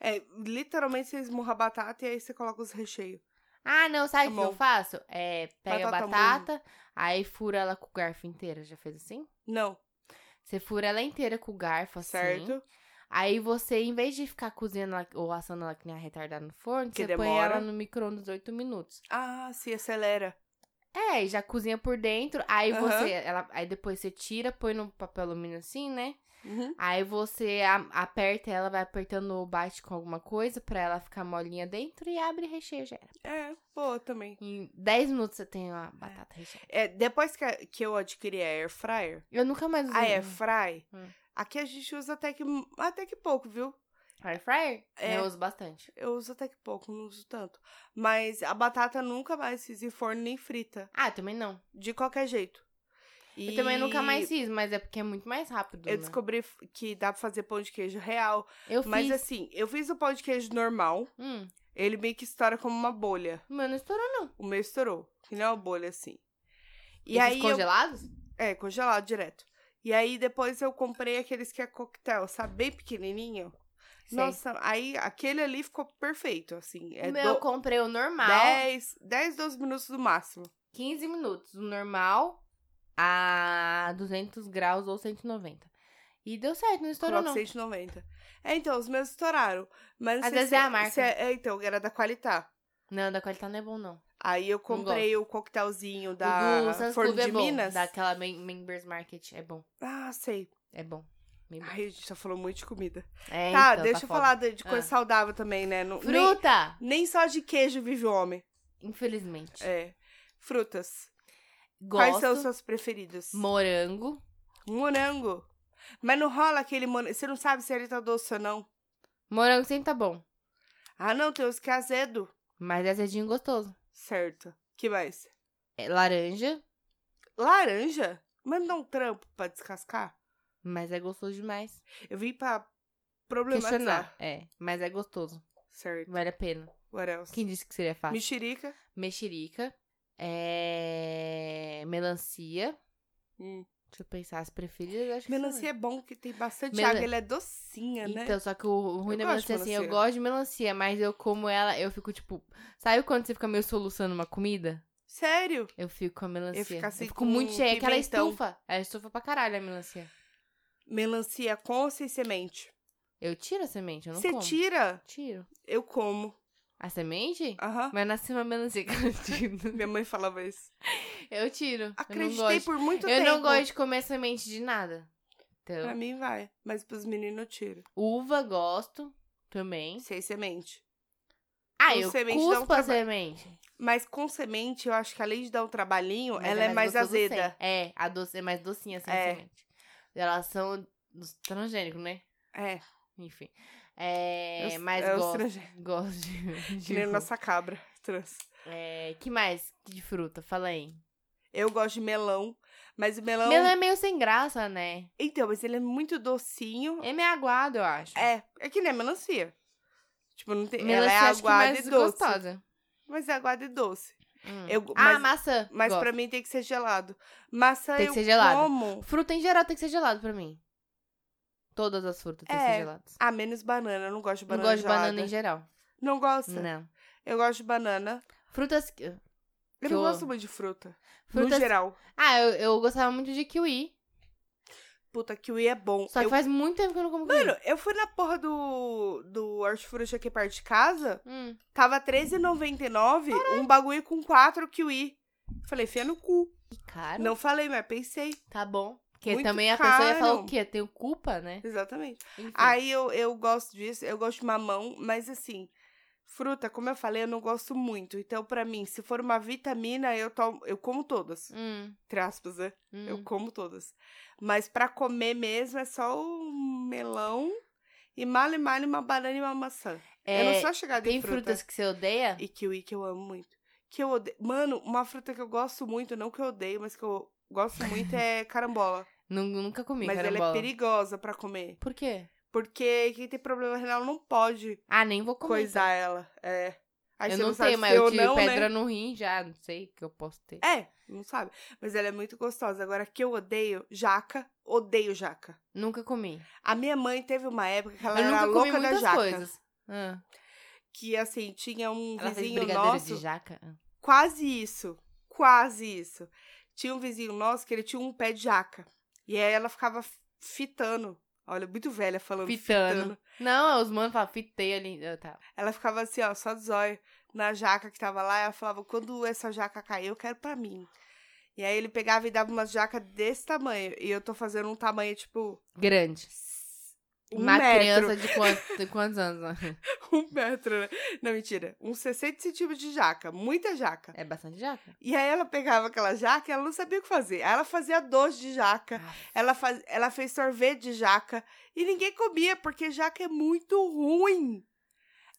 É, literalmente você esmurra a batata e aí você coloca os recheios.
Ah, não, sabe o que
Tá
eu
bom.
faço? É, pega
Batata
a batata, aí fura ela com o garfo inteira. Já fez assim?
Não,
Você fura ela inteira com o garfo, assim.
certo?
Aí você, em vez de ficar cozinhando ela- ou assando ela que nem a retardada no forno,
Que
você põe
demora.
ela no micro-ondas 8 minutos.
Ah, se acelera.
É, e já cozinha por dentro, aí
Aham.
você, ela, aí depois você tira, põe no papel alumínio assim, né?
Uhum.
Aí você a- aperta ela, vai apertando ou bate com alguma coisa pra ela ficar molinha dentro e abre e recheia já. era.
É, boa também.
Em 10 minutos você tem a batata recheada.
É, depois que, a- que eu adquiri a Air Fryer,
Eu nunca mais usei.
a Air Fry,
Hum.
aqui a gente usa até que, até que pouco, viu?
Air fryer?
É.
Eu uso bastante.
Eu uso até que pouco, não uso tanto. Mas a batata nunca mais fiz em forno nem frita.
Ah, eu também não.
De qualquer jeito.
Eu
E
também nunca mais fiz, mas é porque é muito mais rápido,
Eu
né?
descobri f- que dá pra fazer pão de queijo real.
Eu fiz.
Mas assim, eu fiz o pão de queijo normal.
Hum,
Ele meio que estoura como uma bolha.
meu, não estourou não.
O meu estourou. Que não é uma bolha assim. E
Esses
aí. eu-
congelados?
É, congelado direto. E aí depois eu comprei aqueles que é coquetel, sabe? Bem pequenininho.
Sei.
Nossa, aí aquele ali ficou perfeito, assim. É
o meu eu
do...
comprei o normal,
10, 10, 12 minutos no máximo.
15 minutos. O normal a 200 graus ou 190. E deu certo, não estourou
Coloca
não.
190. É, então, os meus estouraram. Mas não
Às
sei
vezes
se-
é a marca.
se É, é, então, era da Qualitá.
Não, da qualidade não é bom não.
Aí eu comprei o coquetelzinho da
o do Sans
Forno
Club
de
é bom.
Minas.
Daquela mem- Members Market é bom.
Ah, sei.
É bom. Bem bom.
Ai, a gente já falou muito de comida.
É,
tá,
então,
deixa eu
foda.
falar de, de coisa
Ah.
saudável também, né? Não- nem,
Fruta!
nem só de queijo vive o homem.
Infelizmente.
É. Frutas. Quais
Gosto.
são os seus preferidos? Um
Morango.
Morango. Mas não rola aquele morango. Você não sabe se ele tá doce ou não.
Morango sempre tá bom.
Ah, não, tem os que é azedo.
Mas é azedinho gostoso.
Certo. Que mais?
É laranja,
Laranja? Mas não dá um trampo pra descascar?
mas é gostoso demais.
Eu vim pra problematizar.
Questionar. É, mas é gostoso.
Certo.
Vale a pena.
What else?
Quem disse que seria fácil?
Mexerica.
mexerica, é, eh, melancia,
Hum.
Deixa eu pensar, as preferidas acho que são
Melancia é bom que tem bastante
Melan-
água, ela é docinha, né?
Então, só que o- o ruim
Eu
da
gosto de
melancia, assim, eu
melancia.
gosto de melancia, mas eu como ela, eu fico tipo. Sabe quando você fica meio soluçando uma comida?
Sério?
Eu fico com a melancia.
fico assim
fico
com
muito cheia. é Aquela
pimentão.
estufa. Ela estufa pra caralho a melancia.
Melancia com ou sem semente?
Eu tiro a semente, eu não
Você
como.
tira?
Tiro.
Eu como.
A semente?
Aham.
Mas nasce uma melancia que eu tiro.
Minha mãe falava isso.
Eu tiro. eu não
Acreditei
gosto.
por muito
eu
tempo.
não gosto de comer semente de nada.
Pra
Então,
mim vai, mas pros meninos eu tiro.
uva gosto também.
Sem semente.
Ah,
Com
eu
semente dá um
cuspo a
trabalho.
semente.
Mas com semente, eu acho que além de dar um trabalhinho,
Mas
ela é mais,
gostoso sem.
azeda.
É, a doce é mais docinha sem
É.
semente. Elas são dos transgênicos, né?
É.
Enfim. É,
eu-
mais
eu
gosto,
estrangeiro.
gosto de...
Que
de
nem a nossa cabra trans.
é, que mais de fruta? Fala aí.
Eu gosto de melão, mas o melão.
Melão é meio sem graça, né?
Então, mas ele é muito docinho.
É meio aguado, eu acho.
É, é que nem a melancia. Tipo, não tem.
Melancia
ela é
acho que
aguada
mais
e doce.
gostosa.
Mas é aguada e doce.
Hum.
Eu-
Ah,
mas-
maçã.
Mas
gosto.
pra mim tem que ser gelado. Maçã
Tem que
eu
ser gelado.
como.
Fruta em geral tem que ser gelado pra mim. Todas as frutas têm que
É,
ser geladas.
Ah, menos banana. Eu não gosto de
Não
banana.
gosto de banana em
gelada.
geral.
Não gosto.
Não.
Eu gosto de banana.
Frutas. que-
Eu
Que
não
eu-
gosto muito de fruta. No
Frutas
geral.
Ah, eu, eu gostava muito de kiwi.
Puta, kiwi é bom.
Só que
eu...
faz muito tempo que eu não como kiwi.
Mano, eu fui na porra do, do hortifruti aqui perto de casa.
Hum.
Tava R$13,99 um bagulho com quatro kiwi. Falei, fia no cu.
Que caro.
Não falei, mas pensei.
Tá bom. Porque
Muito
também a pessoa ia falar
caro.
o quê? Tenho culpa, né?
Exatamente.
Enfim.
Aí eu, eu gosto disso, eu gosto de mamão, mas assim, fruta, como eu falei, eu não gosto muito. Então, pra mim, se for uma vitamina, eu tomo, eu como todas.
Hum,
Entre aspas, né?
hum.
Eu como todas. Mas pra comer mesmo é só um melão e male male uma banana e uma maçã. eu
É,
não sou chegada
Tem
em fruta.
frutas que você odeia?
E kiwi que eu amo muito. Que eu odeio. Mano, uma fruta que eu gosto muito, não que eu odeio, mas que eu gosto muito é carambola.
Nu- Nunca comi
mas
carambola.
ela é perigosa pra comer.
Por quê?
Porque quem tem problema renal não pode
Ah, nem vou comer.
coisar ela. É. Aí
eu
você
não,
sabe
sei,
se
mas
tem
eu
ou
tive
não,
pedra
né?
no rim já. Não sei o que eu posso ter.
É, não sabe. Mas ela é muito gostosa. Agora, que eu odeio, jaca. Odeio jaca.
Nunca comi.
A minha mãe teve uma época que ela
eu
era
nunca comi
louca da
muitas
jaca.
coisas. Ah,
Que, assim, tinha um
ela fez
vizinho
brigadeiro
nosso...
de jaca? Ah.
Quase isso. Quase isso. Tinha um vizinho nosso que ele tinha um pé de jaca. E aí ela ficava f- fitando. Olha, muito velha falando
Fitando. Não, os manos falam, fitei ali. Ah, Tá.
Ela ficava assim, ó, só de zóio na jaca que tava lá. Ela falava, quando essa jaca cair, eu quero pra mim. E aí ele pegava e dava uma jaca desse tamanho. E eu tô fazendo um tamanho, tipo,
Grande.
um
Uma
metro.
criança de quantos, de quantos anos? né?
Um metro, né? Não, mentira. Uns 60 centímetros de jaca. Muita jaca.
É bastante jaca.
E aí ela pegava aquela jaca e ela não sabia o que fazer. Aí ela fazia doce de jaca.
Ah.
Ela, faz, ela fez sorvete de jaca. E ninguém comia, porque jaca é muito ruim.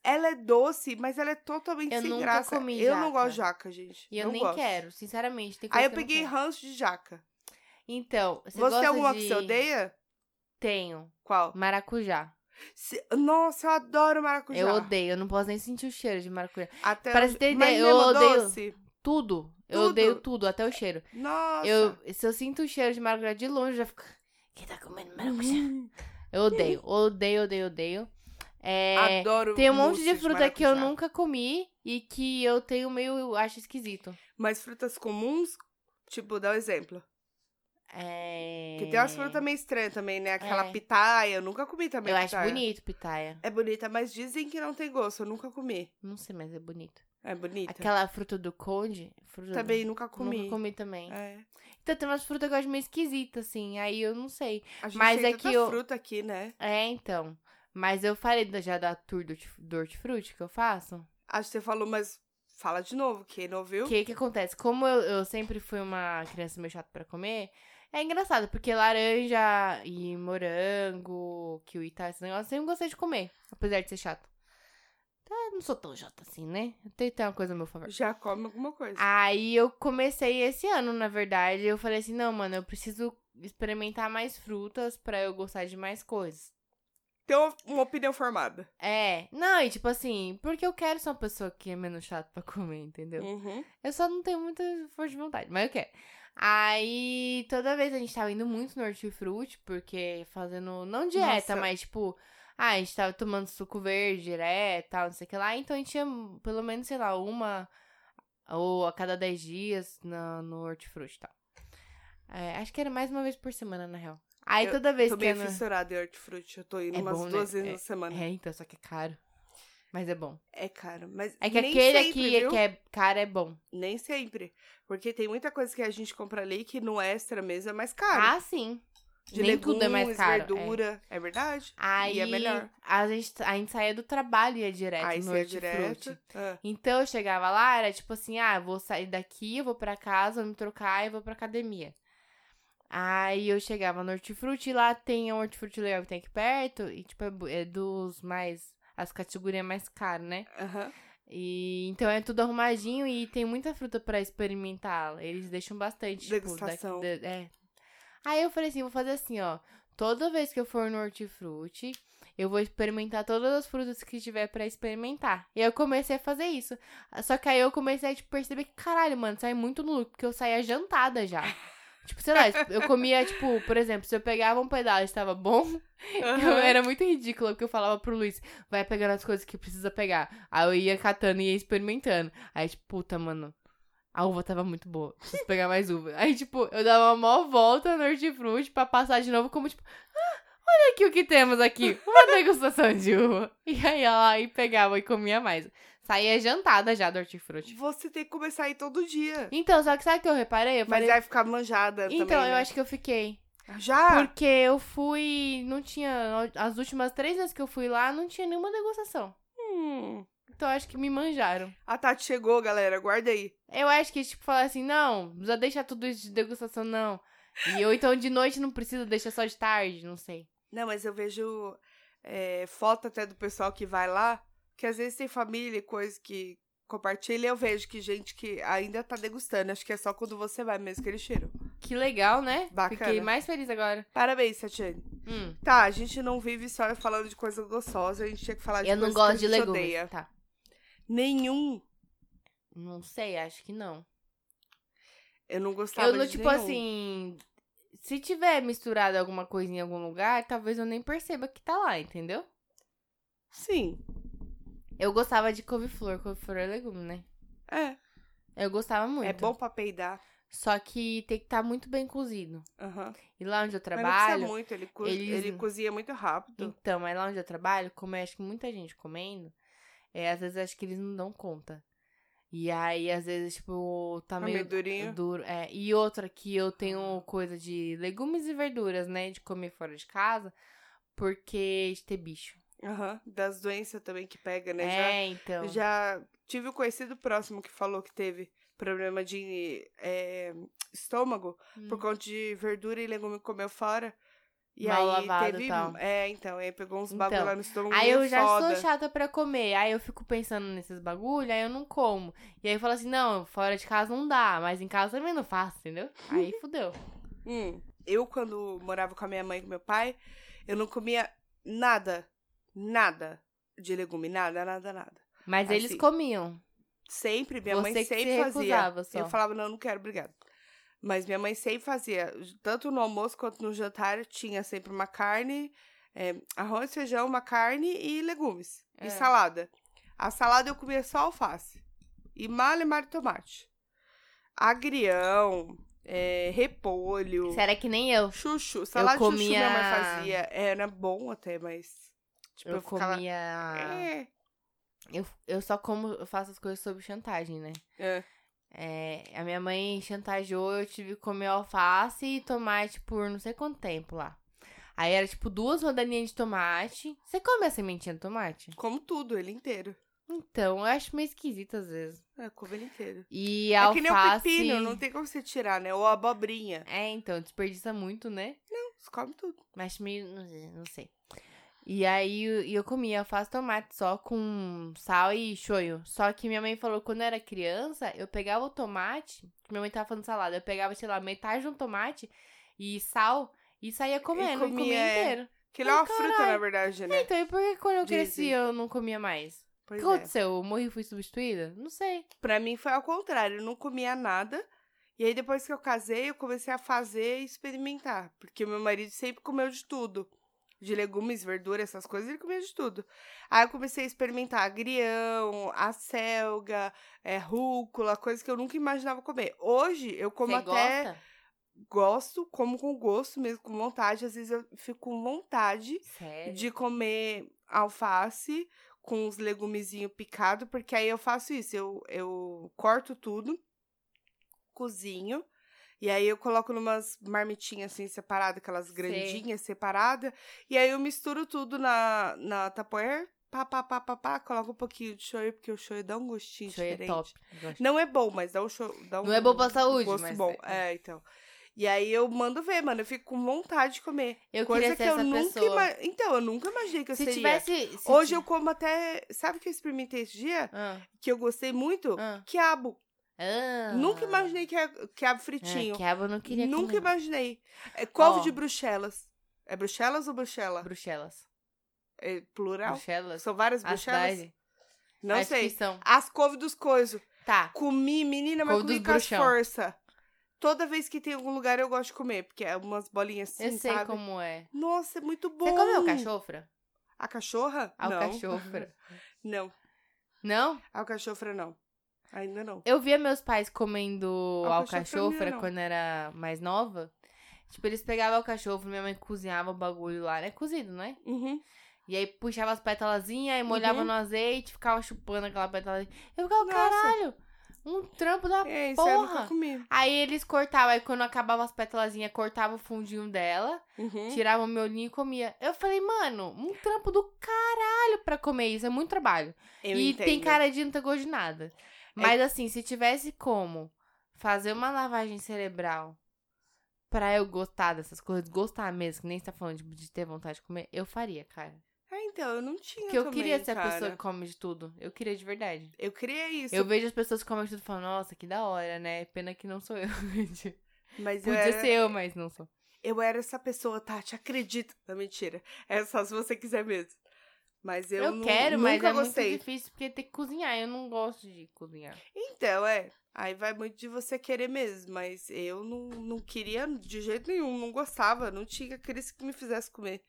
Ela é doce, mas ela é totalmente
Eu
sem
nunca
graça.
comi
eu
jaca.
não gosto de jaca, gente.
E eu
não
nem
gosto.
quero, sinceramente. Tem coisa
Aí eu
que não
peguei
quero.
ranço de jaca.
Então, você,
Você
gosta
é alguma
de... Hum.
que você odeia?
Tenho.
Qual?
Maracujá.
Se- Nossa, eu adoro maracujá.
Eu odeio, eu não posso nem sentir o cheiro de maracujá.
Até
Pra
hoje-
você ter
Mas
ideia, eu
mesmo
odeio-
doce.
Tudo. Eu
Tudo?
odeio tudo, até o cheiro.
Nossa.
Eu, se eu sinto o cheiro de maracujá de longe, eu já fico... Quem tá comendo maracujá? Eu odeio, odeio, odeio, odeio. É,
Adoro
Tem um monte
mousse
de fruta que eu
maracujá.
nunca comi e que eu tenho meio... Eu acho esquisito.
Mas frutas comuns, tipo, dá um exemplo.
É...
Porque tem umas frutas meio estranhas também, né? Aquela
É.
pitaia, eu nunca comi também
Eu acho
pitaia.
bonito, pitaia.
É bonita, mas dizem que não tem gosto, eu nunca comi.
Não sei, mas é bonito.
É bonita.
Aquela fruta do conde... Fruta
Também nunca
do...
comi.
Nunca comi também.
Tá É.
Então tem umas frutas que eu acho meio esquisita, assim. Aí eu não sei.
A gente
Mas
tem
é
tanta
que eu-
fruta aqui, né?
É, então. Mas eu falei da- já da tour do, hortif- do hortifruti que eu faço.
Acho que você falou, mas fala de novo, quem não
O
ouviu?
que que acontece? Como eu, eu sempre fui uma criança meio chata pra comer, é engraçado, porque laranja e morango, kiwi e tal, esse negócio, eu sempre gostei de comer. Apesar de ser chato. Tá, eu não sou tão chata assim, né? Eu tenho que ter uma coisa a meu favor.
Já come alguma coisa.
Aí eu comecei esse ano, na verdade. Eu falei assim: não, mano, eu preciso experimentar mais frutas pra eu gostar de mais coisas.
ter uma, uma opinião formada.
É. Não, e tipo assim, porque eu quero ser uma pessoa que é menos chata pra comer, entendeu?
Uhum.
Eu só não tenho muita força de vontade, mas eu quero. Aí, toda vez a gente tava indo muito no hortifruti, porque fazendo, não dieta,
Nossa.
mas tipo, ah, a gente tava tomando suco verde direto, tal, não sei o que lá. Então a gente ia pelo menos, sei lá, uma ou a cada dez dias na, no hortifruti e tal. É, acho que era mais uma vez por semana, na real. Aí
Eu
toda vez
Tô
que ia
meio
no-
fissurada em hortifruti. Eu tô indo
É
umas
bom, né?
duas vezes na semana.
É, então, só que é caro. Mas é bom.
É caro, mas
É que
nem
aquele
sempre,
aqui é
viu?
que é caro é bom.
Nem sempre. Porque tem muita coisa que a gente compra ali que no extra mesmo é mais caro.
Ah, sim.
De
nem tudo é mais
legumes,
caro, é.
verdura. É, verdade?
Aí
E é melhor.
A gente, a gente saía do trabalho e ia direto
Aí
no
você é
hortifruti.
direto. Ah,
Então eu chegava lá, era tipo assim, ah, vou sair daqui, eu vou pra casa, vou me trocar e vou pra academia. Aí eu chegava no hortifruti, lá tem um hortifruti legal que tem aqui perto, e tipo, é bu- é dos mais, as categorias mais caras, né?
aham.
E então é tudo arrumadinho e tem muita fruta pra experimentar. Eles deixam bastante. tipo, daqui-
Degustação.
da- é. Aí eu falei assim, vou fazer assim, ó. Toda vez que eu for no hortifruti, eu vou experimentar todas as frutas que tiver pra experimentar. E eu comecei a fazer isso. Só que aí eu comecei a tipo, perceber que, caralho, mano, sai muito no lucro, porque eu saía jantada já. Tipo, sei lá, eu comia, tipo, por exemplo, se eu pegava um pedaço e estava bom, eu
Aham.
era muito ridícula, porque eu falava pro Luiz, vai pegando as coisas que precisa pegar. Aí eu ia catando e ia experimentando. Aí, tipo, puta, mano, a uva tava muito boa. Preciso pegar mais uva. Aí, tipo, eu dava uma maior volta no hortifruti pra passar de novo, como tipo, "Ah, olha aqui o que temos aqui. Uma degustação de uva. E aí ela e pegava e comia mais. Saía jantada já do hortifruti.
Você tem que começar a ir todo dia.
Então, só que sabe o que eu reparei? Eu
Mas
falei.
vai ficar manjada também.
Então, eu
né?
acho que eu fiquei.
Já?
Porque eu fui. Não tinha. As últimas três vezes que eu fui lá, não tinha nenhuma degustação.
Hum.
Então eu acho que me manjaram.
A Tati chegou, galera. Guarda aí.
Eu acho que, tipo, falar assim, não, não precisa deixar tudo isso de degustação, não. E ou então de noite não precisa, deixa só de tarde, não sei.
Não, mas eu vejo é, foto até do pessoal que vai lá, que às vezes tem família e coisa que compartilha, eu vejo que gente que ainda tá degustando. Acho que é só quando você vai mesmo que eles cheiram.
Que legal, né?
Bacana.
Fiquei mais feliz agora.
Parabéns, Tatiane.
Hum,
Tá, a gente não vive só falando de coisa gostosa, a gente tinha que falar de
eu não
coisas
gosto
que
de
a gente
legumes.
odeia.
Tá.
Nenhum.
Não sei, acho que não.
Eu não gostava
eu não,
de
tipo
nenhum.
assim. Se tiver misturado alguma coisa em algum lugar, talvez eu nem perceba que tá lá, entendeu?
Sim,
Eu gostava de couve-flor, couve-flor é legume, né?
é.
Eu gostava muito.
É bom pra peidar.
Só que tem que estar muito bem cozido.
Aham.
E lá onde eu
Mas não precisa
trabalho.
muito, ele, co-
eles-
ele cozinha muito rápido.
Então, mas lá onde eu trabalho, como eu acho que muita gente comendo, é, às vezes acho que eles não dão conta. E aí, às vezes, tipo, tá meio
Amendorinho.
duro. É. E outra que eu tenho coisa de legumes e verduras, né? De comer fora de casa, porque de ter bicho.
Aham. Das doenças também que pega, né? Já-
É, então.
Já tive um conhecido próximo que falou que teve problema de é, estômago
Hum.
por conta de verdura e legume que comeu fora. E
Mal
aí
lavado e
teve.
tal.
É, então, aí pegou uns
Então,
bagulho lá no estômago.
Aí
meio
eu já
é foda.
sou chata pra comer. Aí eu fico pensando nesses bagulho, aí eu não como. E aí eu falo assim, não, fora de casa não dá, mas em casa também não faço, entendeu? Aí fudeu.
Hum, eu, quando morava com a minha mãe e com meu pai, eu não comia nada. Nada de legume, nada, nada, nada.
Mas eles
Assim,
comiam.
Sempre, minha
Você
mãe
que se
sempre fazia.
recusava só.
Eu falava, não, não quero, obrigado. Mas minha mãe sempre fazia, tanto no almoço quanto no jantar, tinha sempre uma carne, é, arroz, feijão, uma carne e legumes.
É.
E salada. A salada eu comia só alface. E malemar e tomate. Agrião, é, repolho,
Será que nem eu?
chuchu. Salada de chuchu minha mãe
comia-
fazia. Era bom até, mas... Tipo, eu,
eu
ficava...
comia.
É.
Eu, eu só como, eu faço as coisas sob chantagem, né?
É.
É, a minha mãe chantageou, eu tive que comer alface e tomate por não sei quanto tempo lá. Aí era tipo duas rodaninhas de tomate. Você come a sementinha de tomate?
Como tudo, ele inteiro.
Então, eu acho meio esquisito às vezes.
É, como ele inteiro.
E
É
alface...
que nem o pepino, não tem como você tirar, né? Ou a abobrinha.
É, então, desperdiça muito, né?
Você come tudo.
Mas meio... não sei- não sei. E aí, eu- e eu comia alface e tomate só com sal e shoyu. Só que minha mãe falou, quando eu era criança, eu pegava o tomate... Minha mãe tava falando salada. Eu pegava, sei lá, metade de um tomate e sal e saía comendo. E comia,
comia, é.
inteiro.
Que ele é
Ai,
uma fruta,
caralho.
na verdade, né?
Então, e por que quando eu cresci
Dizem.
eu não comia mais? O
Pois
que
é.
aconteceu? Eu morri e fui substituída? Não sei.
Pra mim foi ao contrário, eu não comia nada. E aí depois que eu casei, eu comecei a fazer e experimentar, porque meu marido sempre comeu de tudo. De legumes, verdura, essas coisas, ele comia de tudo. Aí eu comecei a experimentar agrião, acelga, é, rúcula, coisas que eu nunca imaginava comer. Hoje eu como
Você
até
gosta?
gosto, como com gosto mesmo, com vontade. Às vezes eu fico com vontade
Sério?
de comer alface com os legumezinhos picados, porque aí eu faço isso, eu, eu corto tudo, cozinho, e aí eu coloco numas marmitinhas assim separadas, aquelas grandinhas separadas, e aí eu misturo tudo na, na Tupperware, pá, pá, pá, pá, pá, coloco um pouquinho de shoyu, porque o shoyu dá um gostinho
Isso aí é
diferente.
top. Gosto.
Não é bom, mas dá um show. Dá um,
Não é bom pra saúde,
gosto
mas-
bom. É, então. E aí eu mando ver, mano. Eu fico com vontade de comer.
Eu
Coisa
queria
que
ser
eu
essa
nunca
pessoa.
ima... Então, eu nunca imaginei que eu
Se
seria.
tivesse. se
Hoje
ti-
eu como até. Sabe o que eu experimentei esse dia?
Ah,
Que eu gostei muito?
ah,
Quiabo.
ah.
Nunca imaginei que era quiabo fritinho.
Ah, quiabo eu não queria
nunca
comer.
imaginei. É couve
Ó.
de bruxelas. É bruxelas ou bruxela?
Bruxelas.
É plural?
Bruxelas?
São várias
A
bruxelas?
cidade?
Não
Acho
sei. Ah,
que são.
As couves dos coisos.
Tá.
Comi, menina, mas
Couve
comi
dos
com as
bruxão.
força. Toda vez que tem algum lugar eu gosto de comer, porque é umas bolinhas assim,
Eu sei
sabe?
como é.
Nossa, é muito bom.
Você comeu cachofra?
A cachorra? não.
Alcachofra.
Não,
Não?
a cachorra não. Ainda não.
Eu via meus pais comendo
Alcachofra não é
alcachofra
não.
quando era mais nova. Tipo, eles pegavam alcachofra, minha mãe cozinhava o bagulho lá, né? Cozido, né?
Uhum.
E aí puxava as petalazinhas e molhava
Uhum.
no azeite, ficava chupando aquela petalazinha. Eu ficava,
Nossa.
caralho, um trampo da.
É, isso aí eu nunca
Porra!
comi.
Aí eles cortavam, aí quando acabava as petalazinhas, cortava o fundinho dela,
Uhum.
tirava o miolinho e comia. Eu falei, mano, um trampo do caralho pra comer isso, é muito trabalho.
Eu
e tem
entendo. É
cara de não ter gosto de nada. Mas assim, se tivesse como fazer uma lavagem cerebral pra eu gostar dessas coisas, gostar mesmo, que nem você tá falando de, de ter vontade de comer, eu faria, cara.
Ah, então, eu não tinha
Porque eu
também,
queria ser a
cara.
pessoa que come de tudo. Eu queria de verdade.
Eu queria isso,
Eu vejo as pessoas que comem de tudo e falo, nossa, que da hora, né? Pena que não sou eu.
mas eu
Podia
era...
ser eu, mas não sou.
eu era essa pessoa, Tati, acredita. Não, mentira. É só se você quiser mesmo. Mas eu,
Eu,
nu-
quero, mas
nunca
é
gostei.
muito difícil porque tem que cozinhar. Eu não gosto de cozinhar.
Então, é. Aí vai muito de você querer mesmo, mas eu não, não queria de jeito nenhum, não gostava, não tinha crise que me fizesse comer.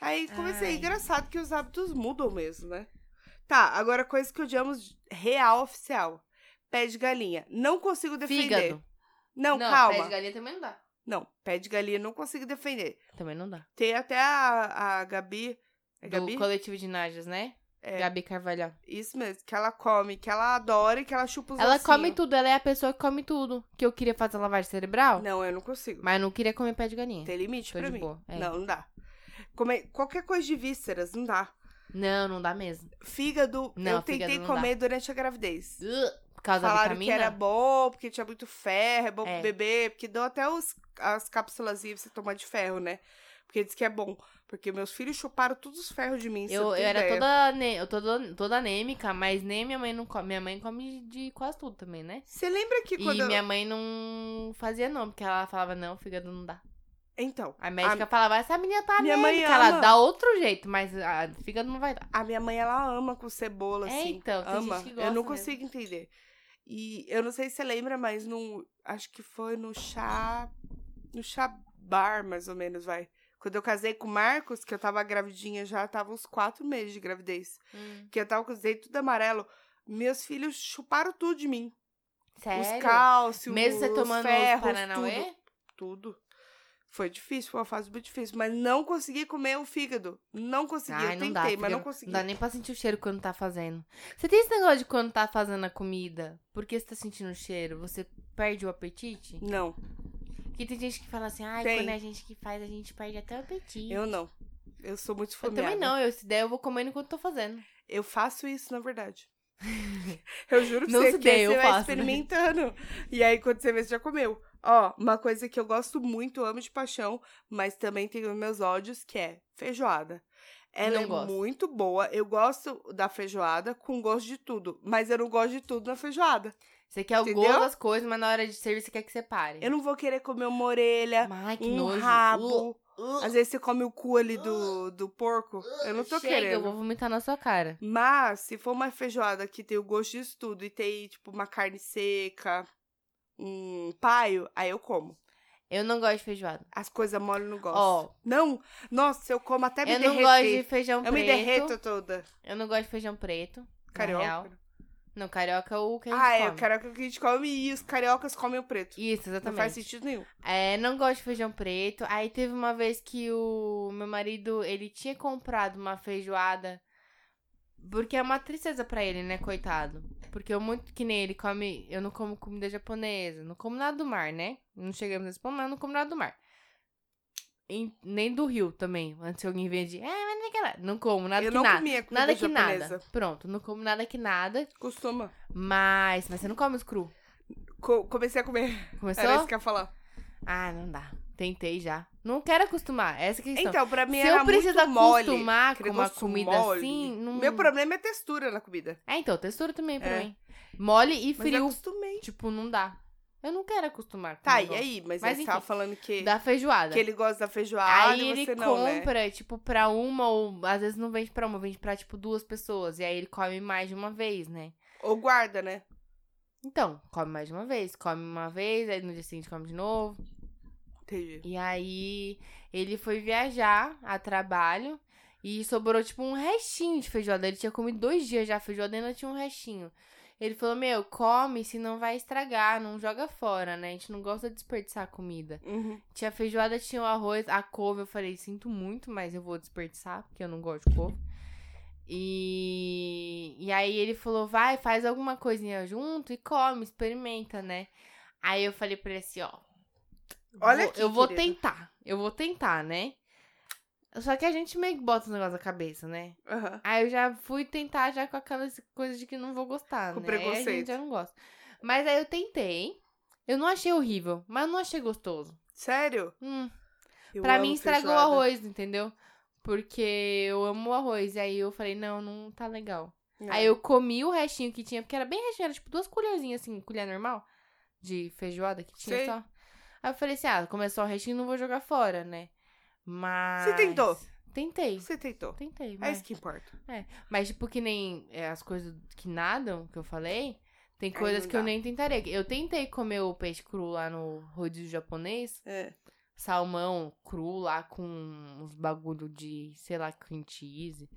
Aí comecei,
Ai.
engraçado que os hábitos mudam mesmo, né? Tá, agora coisa que odiamos real oficial. Pé de galinha. Não consigo defender.
Fígado.
Não,
pé de
calma.
galinha também não dá.
não, pé de galinha não consigo defender.
Também não dá.
Tem até a, a Gabi. É
Do
Gabi?
coletivo de Najas, né?
É.
Gabi Carvalhal.
Isso mesmo, que ela come, que ela adora e que ela chupa os
Ela
ossinhos.
come tudo, ela é a pessoa que come tudo. Que eu queria fazer lavagem cerebral,
Não, eu não consigo.
mas não queria comer pé de galinha.
Tem limite
Tô
pra
de
mim.
boa, é.
Não, não dá. Comer qualquer coisa de vísceras, não dá.
Não, não dá mesmo.
Fígado,
Não,
eu
fígado
tentei
não
comer durante a gravidez.
Ugh, Por causa da
Falaram que
vitamina?
era bom, porque tinha muito ferro, é bom
É.
pro bebê, porque dão até os, as cápsulas pra você tomar de ferro, né? Porque diz que é bom. Porque meus filhos chuparam todos os ferros de mim. você
Eu,
não
eu
tem
era
ideia.
toda, ane- eu toda, toda anêmica, mas nem minha mãe não come. Minha mãe come de quase tudo também, né?
Você lembra que quando.
E
eu-
minha mãe não fazia não, porque ela falava, não, fígado não dá.
Então,
A médica falava, essa menina tá
Minha
anêmica,
mãe ama.
ela dá outro jeito, mas a fígado não vai dar.
a minha mãe, ela ama com cebola,
É,
assim.
então, tem
ama.
gente que
eu
gosta
não
mesmo.
consigo entender. E eu não sei se você lembra, mas no. Acho que foi no chá. No chá bar, mais ou menos, vai. Quando eu casei com o Marcos, que eu tava gravidinha já, tava uns quatro meses de gravidez. Que eu tava com os dentes tudo amarelo. Meus filhos chuparam tudo de mim.
Sério?
Os cálcios,
Mesmo você
os
tomando
ferros,
os Paranauê?
tudo. Tudo. Foi difícil, foi uma fase muito difícil. Mas não consegui comer o fígado. Não consegui. eu
Ai,
tentei,
não dá,
mas
filha,
não consegui.
dá nem pra sentir o cheiro quando tá fazendo. Você tem esse negócio de quando tá fazendo a comida, porque você tá sentindo o cheiro, você perde o apetite?
Não,
Porque tem gente que fala assim, ai,
Tem.
quando é a gente que faz, a gente perde até o apetite.
eu não. Eu sou muito
Eu
fomeada.
também não, eu, se der, eu vou comendo enquanto tô fazendo.
Eu faço isso, na verdade. eu juro pra
Não
você
se
que
dê,
aí
eu
você vai
faço, né?
experimentando. E aí, quando você vê, você já comeu. Ó, uma coisa que eu gosto muito, amo de paixão, mas também tenho meus ódios, que é feijoada. Ela
Não
é
gosto.
muito boa. Eu gosto da feijoada com gosto de tudo. Mas eu não gosto de tudo na feijoada.
Você quer o
Entendeu?
gosto das coisas, mas na hora de servir você quer que separe.
Eu não vou querer comer uma orelha,
Ai, que
um
nojo.
rabo.
Uh, uh,
Às vezes você come o cu ali do, do porco. Eu não tô
Chega,
querendo.
eu vou vomitar na sua cara.
Mas, se for uma feijoada que tem o gosto disso tudo e tem, tipo, uma carne seca, um paio, aí eu como.
Eu não gosto de feijoada.
As coisas mole eu não gosto.
Ó,
Não, nossa, eu como até me
eu não
derreter.
gosto de feijão
eu
preto.
me derreto toda.
Eu não gosto de feijão preto. na real.
Carioca.
Não, carioca é o que a gente
Ah, é,
come.
o carioca que a gente come e os cariocas comem o preto.
Isso,
Não
exatamente.
faz sentido nenhum.
É, não gosto de feijão preto. Aí teve uma vez que o meu marido, ele tinha comprado uma feijoada. Porque é uma tristeza pra ele, né, coitado? Porque eu muito que nem ele come, eu não como comida japonesa, não como nada do mar, né? Não chegamos nesse ponto, mas eu não como nada do mar. E nem do rio também. Antes que alguém venha de, é, mas não é aquela. Não como nada
eu
que
não
nada.
comia comida
Nada que
japonesa.
nada. Pronto, não como nada que nada.
Costuma.
Mas, mas você não come os cru.
Co- comecei a comer.
Começou?
Era isso que eu ia falar.
Ah, não dá. Tentei já. Não quero acostumar. Essa que é a questão.
Então, pra mim
Se
era
eu preciso
muito mole.
acostumar
aquele
com uma
gosto
comida
mole.
assim, não...
Meu problema é textura na comida.
É, então, textura também pra
É.
mim. Mole e
Mas
frio.
eu acostumei.
Tipo, não dá. Eu não quero acostumar com
Tá,
o
e aí? Mas,
Mas
ele
enfim,
tava falando que,
negócio Da feijoada.
que ele gosta da feijoada
Aí
e
ele
você não, né?
compra, tipo, pra uma ou... Às vezes não vende pra uma, vende pra, tipo, duas pessoas. E aí ele come mais de uma vez, né?
Ou guarda, né?
Então, come mais de uma vez. Come uma vez, aí no dia seguinte come de novo.
Entendi.
E aí ele foi viajar a trabalho e sobrou tipo um restinho de feijoada. Ele tinha comido dois dias já a feijoada e ainda tinha um restinho. Ele falou: Meu, come, senão vai estragar, não joga fora, né? A gente não gosta de desperdiçar comida.
Uhum.
Tinha feijoada, tinha o arroz, a couve. Eu falei: Sinto muito, mas eu vou desperdiçar, porque eu não gosto de couve. E, e aí ele falou: Vai, faz alguma coisinha junto e come, experimenta, né? Aí eu falei pra ele assim: Ó,
Olha
vou-
aqui,
Eu vou
querida.
tentar. Eu vou tentar, né? Só que a gente meio que bota os negócios na cabeça, né?
Aham.
Aí eu já fui tentar já com aquelas coisas de que não vou gostar,
Com
né? Aí a
preconceito.
gente já não gosta. Mas aí eu tentei. Eu não achei horrível, mas eu não achei gostoso.
Sério?
Hum,
Eu
pra
amo
mim estragou o
feijoada.
arroz, entendeu? Porque eu amo o arroz. E aí eu falei, não, não tá legal.
Não.
Aí eu comi o restinho que tinha, porque era bem restinho, era tipo duas colherzinhas assim, colher normal de feijoada que tinha
Sei.
só. Aí eu falei assim: ah, começou o restinho, não vou jogar fora, né? Mas.
Você tentou?
Tentei.
Você tentou.
Tentei.
É
Mas,
isso que importa.
mas, tipo, que nem é, as coisas que nadam, que eu falei, tem
Aí
coisas
não
que eu
dá.
nem tentarei. Eu tentei comer o peixe cru lá no rodízio japonês,
É.
salmão cru lá com uns bagulho de, sei lá, cream cheese.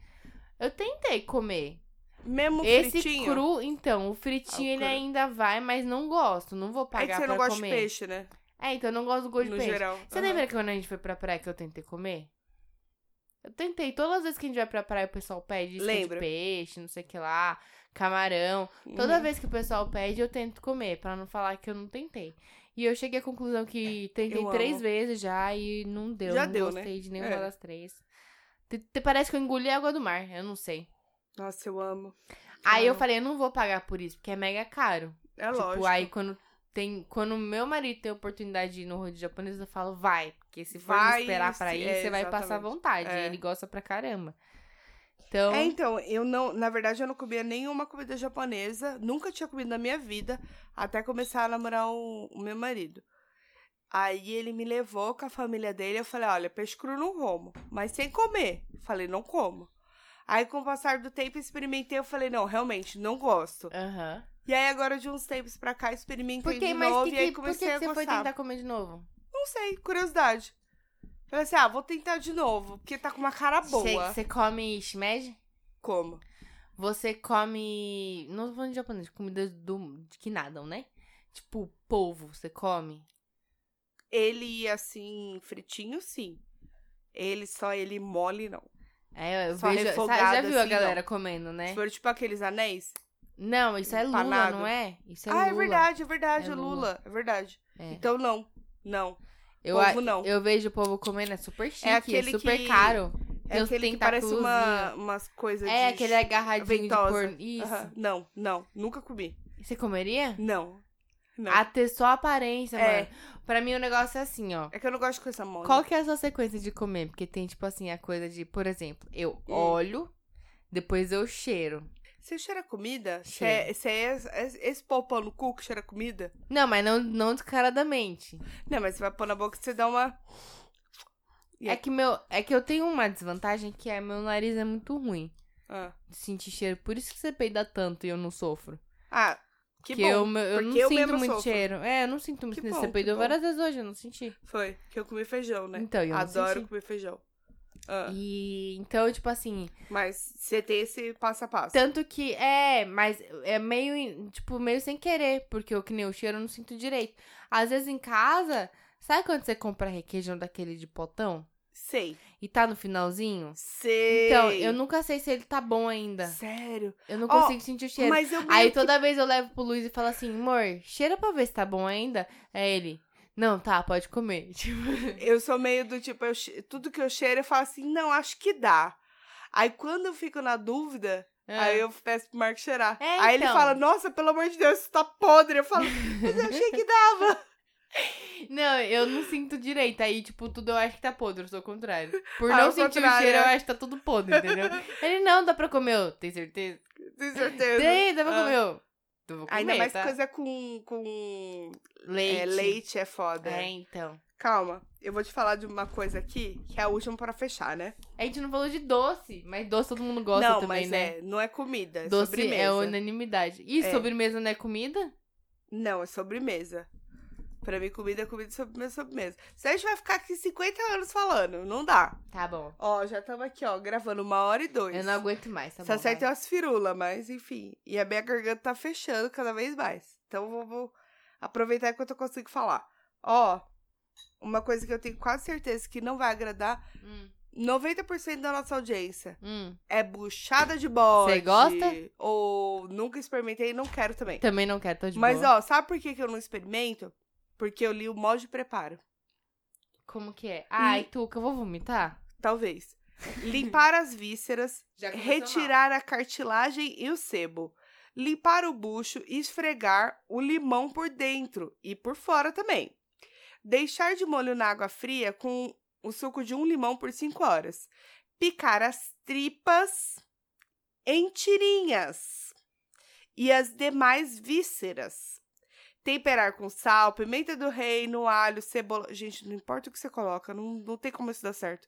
Eu tentei comer,
Mesmo
esse
fritinho.
cru, então, o fritinho
Ah, o
ele
cru.
ainda vai, mas não gosto. Não vou
é
pagar
que você não
pra
gosta
comer.
de peixe, né?
É, então eu não gosto do gosto de
no
peixe.
geral.
Você
Aham.
lembra que quando a gente foi pra praia que eu tentei comer? Eu tentei. Todas as vezes que a gente vai pra praia, o pessoal pede isca de
Lembro.
peixe, não sei o que lá, camarão.
Uhum.
Toda vez que o pessoal pede, eu tento comer, pra não falar que eu não tentei. E eu cheguei à conclusão que tentei
É, Eu
três
amo.
vezes já e não deu.
Já
não
deu, né?
gostei de nenhuma
É.
das três. Te- te- Parece que eu engoli água do mar, eu não sei.
Nossa, eu amo.
Aí eu
Amo.
falei, eu não vou pagar por isso, porque é mega caro.
É
tipo,
lógico.
aí quando tem. Quando meu marido tem a oportunidade de ir no rodízio japonês, eu falo, vai. Porque se for me
Vai,
esperar pra
se-
ir,
é,
você vai passar
exatamente.
vontade.
É.
Ele gosta pra caramba. Então.
É, então, eu não, na verdade, eu não comia nenhuma comida japonesa, nunca tinha comido na minha vida, até começar a namorar o, o meu marido. Aí ele me levou com a família dele, eu falei, olha, peixe cru não como, mas sem comer. Falei, não como. Aí, com o passar do tempo, experimentei, eu falei, não, realmente, não gosto.
Aham.
E aí, agora, de uns tempos pra cá, experimentei
Por que,
de
mas
novo
que,
e aí
que, por que
comecei
que
a
você foi
gostar.
tentar comer de novo?
Não sei, curiosidade. Falei assim, ah, vou tentar de novo, porque tá com uma cara boa.
Você, você come shimeji?
Como?
Você come. Não tô falando de japonês, comidas do, de que nadam, né? Tipo, polvo, você come.
Ele, assim, fritinho, sim. Ele só ele mole, não.
É, eu
Só
vejo. sabe- Já
refogado
viu a
assim, não.
galera comendo, né?
Se for tipo aqueles anéis.
Não, isso é Lula,
Empanado.
não é? Isso é
ah,
Lula.
é verdade, é verdade,
É
é Lula.
lula.
é verdade.
É.
Então não, não.
Eu,
Polvo
a-
não.
eu vejo o povo comendo, é super chique, é
aquele
super
que-
caro.
É
Tem uns
aquele que parece uma,
tentaculozinhos.
umas coisas
É,
de...
aquele agarradinho
ventosa.
de corno. Isso.
Aham. Não, não, nunca comi.
Você comeria?
Não. Não.
A ter só a aparência,
É.
mano. Pra mim o negócio é assim, ó.
É que eu não gosto de coisa mole.
Qual que é a sua sequência de comer? Porque tem, tipo assim, a coisa de, por exemplo, eu
Hum.
olho, depois eu cheiro.
Você cheira comida? Você
Cheiro.
é, cê é esse, é esse pau pau no cu que cheira comida?
Não, mas não, não descaradamente.
Não, mas você vai pôr na boca e você dá uma... E
É
aí?
que meu. É que eu tenho uma desvantagem que é meu nariz é muito ruim
Ah,
de sentir cheiro. Por isso que você peida tanto e eu não sofro.
Ah, que
Porque
bom.
eu, me- eu não
porque eu
sinto
mesma
muito
sofro.
cheiro. É, eu não sinto muito
Que
nesse.
bom,
Você
que
peidou
bom.
várias vezes hoje, eu não senti.
Foi, que eu comi feijão, né?
Então, eu não
Adoro
senti.
comer feijão. Ah,
E então, tipo assim,
Mas você tem esse passo a passo.
tanto que é, mas é meio, em- tipo, meio sem querer, porque eu que nem o cheiro eu não sinto direito. Às vezes em casa, sabe quando você compra requeijão daquele de potão
Sei.
e tá no finalzinho?
Sei.
Então, eu nunca sei se ele tá bom ainda.
Sério?
Eu não
Ó,
consigo sentir o cheiro.
Mas eu meio
Aí
que-
toda vez eu levo pro Luiz e falo assim, amor, cheira pra ver se tá bom ainda. É ele, não, tá, pode comer. Tipo,
Eu sou meio do tipo, eu che- tudo que eu cheiro, eu falo assim, não, acho que dá. Aí quando eu fico na dúvida, aí eu peço pro Marco cheirar.
Ah. É,
aí ele
então.
fala, nossa, pelo amor de Deus, isso tá podre. Eu falo, mas eu achei que dá.
Não, eu não sinto direito. Aí, tipo, tudo eu acho que tá podre, eu sou o contrário. Por
Ah,
não
o
sentir o
contrário,
cheiro, eu
é.
acho que tá tudo podre, entendeu? Ele, não, dá pra comer. Eu, tem certeza?
Tenho certeza.
Tem, dá pra
Ah.
comer. Eu, "Então vou comer,
Ainda mais
tá?
coisa com, com
Leite.
é, leite é foda.
É, então.
Calma, eu vou te falar de uma coisa aqui, que é a última pra fechar, né?
A gente não falou de doce, mas doce todo mundo gosta
não,
também,
mas
né?
é, não é comida, é
doce
sobremesa.
é unanimidade. E
É.
sobremesa não é comida?
Não, é sobremesa. Pra mim, comida é comida, sobremesa é sobremesa. Se a gente vai ficar aqui 50 anos falando, não dá.
Tá bom.
Ó, já estamos aqui, ó, gravando uma hora e dois.
Eu não aguento mais, tá
Só
bom?
acerta
vai.
umas firulas, mas enfim. E a minha garganta tá fechando cada vez mais. Então eu vou, vou aproveitar enquanto eu consigo falar. Ó, uma coisa que eu tenho quase certeza que não vai agradar
Hum,
90% da nossa audiência
hum.
é buchada de bode.
Cê gosta?
Ou nunca experimentei e não quero também.
Também não quero, tô de
Mas
boa.
ó, sabe por que, que eu não experimento? Porque eu li o molde de preparo.
Como que é? Ai, Tuca, eu vou vomitar?
Talvez. Limpar as vísceras,
Já começou mal.
retirar a cartilagem e o sebo, limpar o bucho e esfregar o limão por dentro e por fora também. Deixar de molho na água fria com o suco de um limão por 5 horas. Picar as tripas em tirinhas e as demais vísceras. Temperar com sal, pimenta do reino, alho, cebola. Gente, não importa o que você coloca, não, não tem como isso dar certo.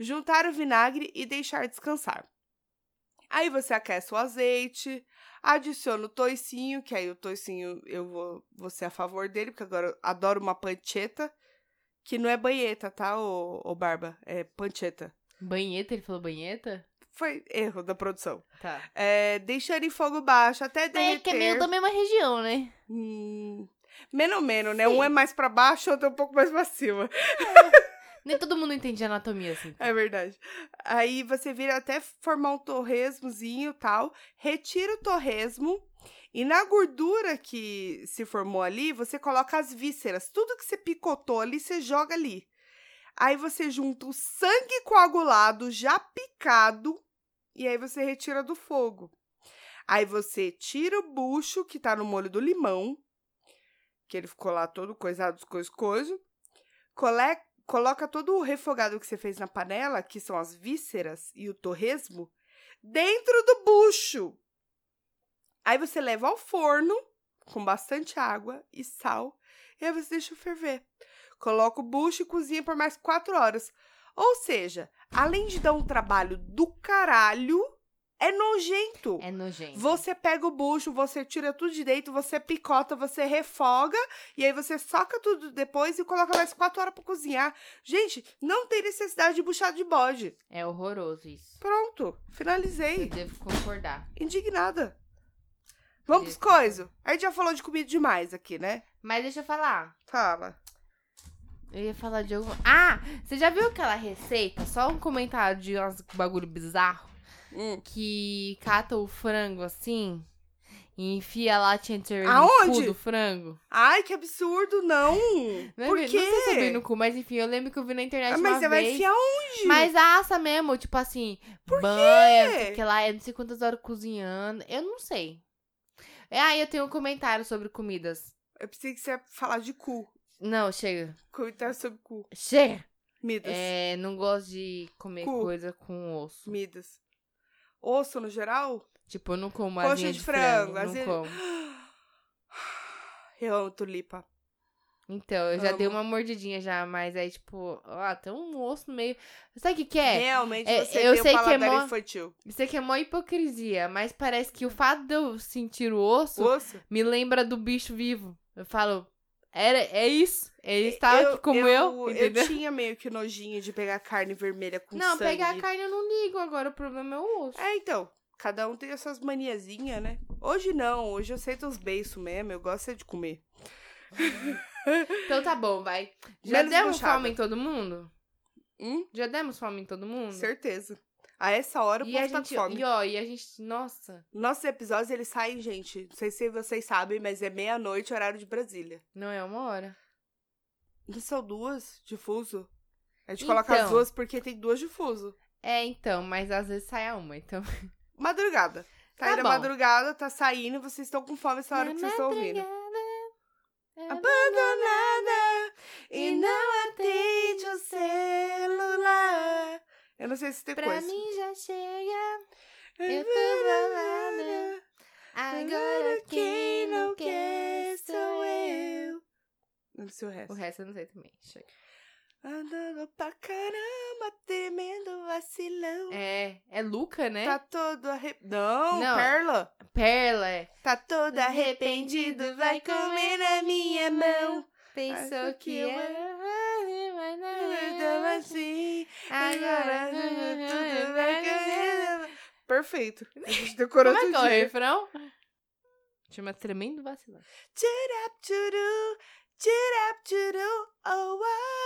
Juntar o vinagre e deixar descansar. Aí você aquece o azeite, adiciona o toicinho, que aí o toicinho eu vou, vou ser a favor dele, porque agora eu adoro uma pancheta, que não é banheta, tá, ô, ô Barba? É pancheta.
Banheta? Ele falou banheta?
Foi erro da produção.
Tá.
É, deixar em fogo baixo até
É,
derreter.
que é meio da mesma região, né?
Hum, menos menos, né? Um é mais pra baixo, outro é um pouco mais pra cima.
Nem todo mundo entende anatomia, assim.
É verdade. Aí você vira até formar um torresmozinho e tal. Retira o torresmo. E na gordura que se formou ali, você coloca as vísceras. Tudo que você picotou ali, você joga ali. Aí você junta o sangue coagulado já picado. E aí você retira do fogo. Aí você tira o bucho que tá no molho do limão. Que ele ficou lá todo coisado, coisa, coisa. Cole- coloca todo o refogado que você fez na panela, que são as vísceras e o torresmo, dentro do bucho. Aí você leva ao forno com bastante água e sal. E aí você deixa ferver. Coloca o bucho e cozinha por mais quatro horas. Ou seja, além de dar um trabalho do caralho, é nojento.
É nojento.
Você pega o bucho, você tira tudo direito, você picota, você refoga e aí você soca tudo depois e coloca mais quatro horas pra cozinhar. Gente, não tem necessidade de buchado de bode.
É horroroso isso.
Pronto,
Eu
finalizei.
devo concordar.
Indignada. Vamos pros
Isso.
coisas. A gente já falou de comida demais aqui, né?
Mas deixa eu falar.
Fala.
Eu ia falar de algum. Ah! Você já viu aquela receita? Só um comentário de uns bagulho bizarro.
Hum.
Que cata o frango assim e enfia a latinha de cerveja no cu
Aonde?
do frango.
Ai, que absurdo, não.
Não é
Por
bem-
quê?
Não sei se é bem no cu, mas enfim, eu lembro que eu vi na internet.
Ah,
uma
mas você vai
vez.
enfiar onde?
Mas a assa mesmo, tipo assim, banha, não sei o que lá é não sei quantas horas cozinhando. Eu não sei. É, aí eu tenho um comentário sobre comidas
Eu pensei que você ia falar de cu.
Não, chega.
Comentar sobre cu.
Chega!
Midas.
É, não gosto de comer
Cu.
coisa com osso.
Midas. Osso no geral?
Tipo, eu não como
Coxa
asinha
de
de frango,
frango,
não
asinha-
como.
Eu amo tulipa.
Então, eu já dei
Amo.
uma mordidinha já, mas aí, tipo, ó, tem um osso no meio. Sabe o que que
Né?
é?
Realmente
é,
você
eu sei
tem o
que é
paladar
mó-
infantil.
Isso aqui é mó hipocrisia, mas parece que o fato de eu sentir o osso
Osso?
me lembra do bicho vivo. Eu falo, era, é isso. Ele estava aqui como eu,
eu,
tá tipo entendeu?
tinha meio que nojinho de pegar carne vermelha com
não,
sangue.
pegar a carne eu não ligo agora, o problema é o osso.
É, então. Cada um tem as suas maniazinhas, né? Hoje não, hoje eu aceito os beiços mesmo, eu gosto é de comer.
Então tá bom, vai. Já
Menos
demos
buchada.
fome em todo mundo?
Hum?
Já demos fome em todo mundo?
Certeza. A essa hora o
E a
povo tá
gente,
com fome.
e ó, e a gente, nossa,
Nossos episódios, eles saem, gente. Não sei se vocês sabem, mas é meia-noite, horário de Brasília.
não é uma hora.
Não são duas de fuso? A gente coloca as
Então.
duas porque tem duas de fuso.
É, então, mas às vezes sai a uma, então.
Madrugada.
Tá
Tá, aí na
bom.
madrugada, tá saindo, vocês estão com fome essa hora que vocês estão ouvindo.
ah,
Abandonada e não atende o celular. Eu não sei se tem
Pra
coisa.
mim já chega, eu tô balada. Agora quem não quer sou eu.
Não sei o resto.
O resto eu não sei também. Chega.
Andando pra caramba, tremendo vacilão.
É, é Luca, né?
Tá todo arrependido. Não,
Não.
Perla.
Perla, é.
Tá todo arrependido, vai comer na minha mão.
Pensou
Acho
que é. eu...
que eu- Então
Agora...
assim,
Agora... né?
tudo vai comer. Perfeito. A gente decorou
Como é que é o
tudo.
refrão? Chama Tremendo Vacilão.
Tchurap-tchuru, tchurap-tchuru, oh,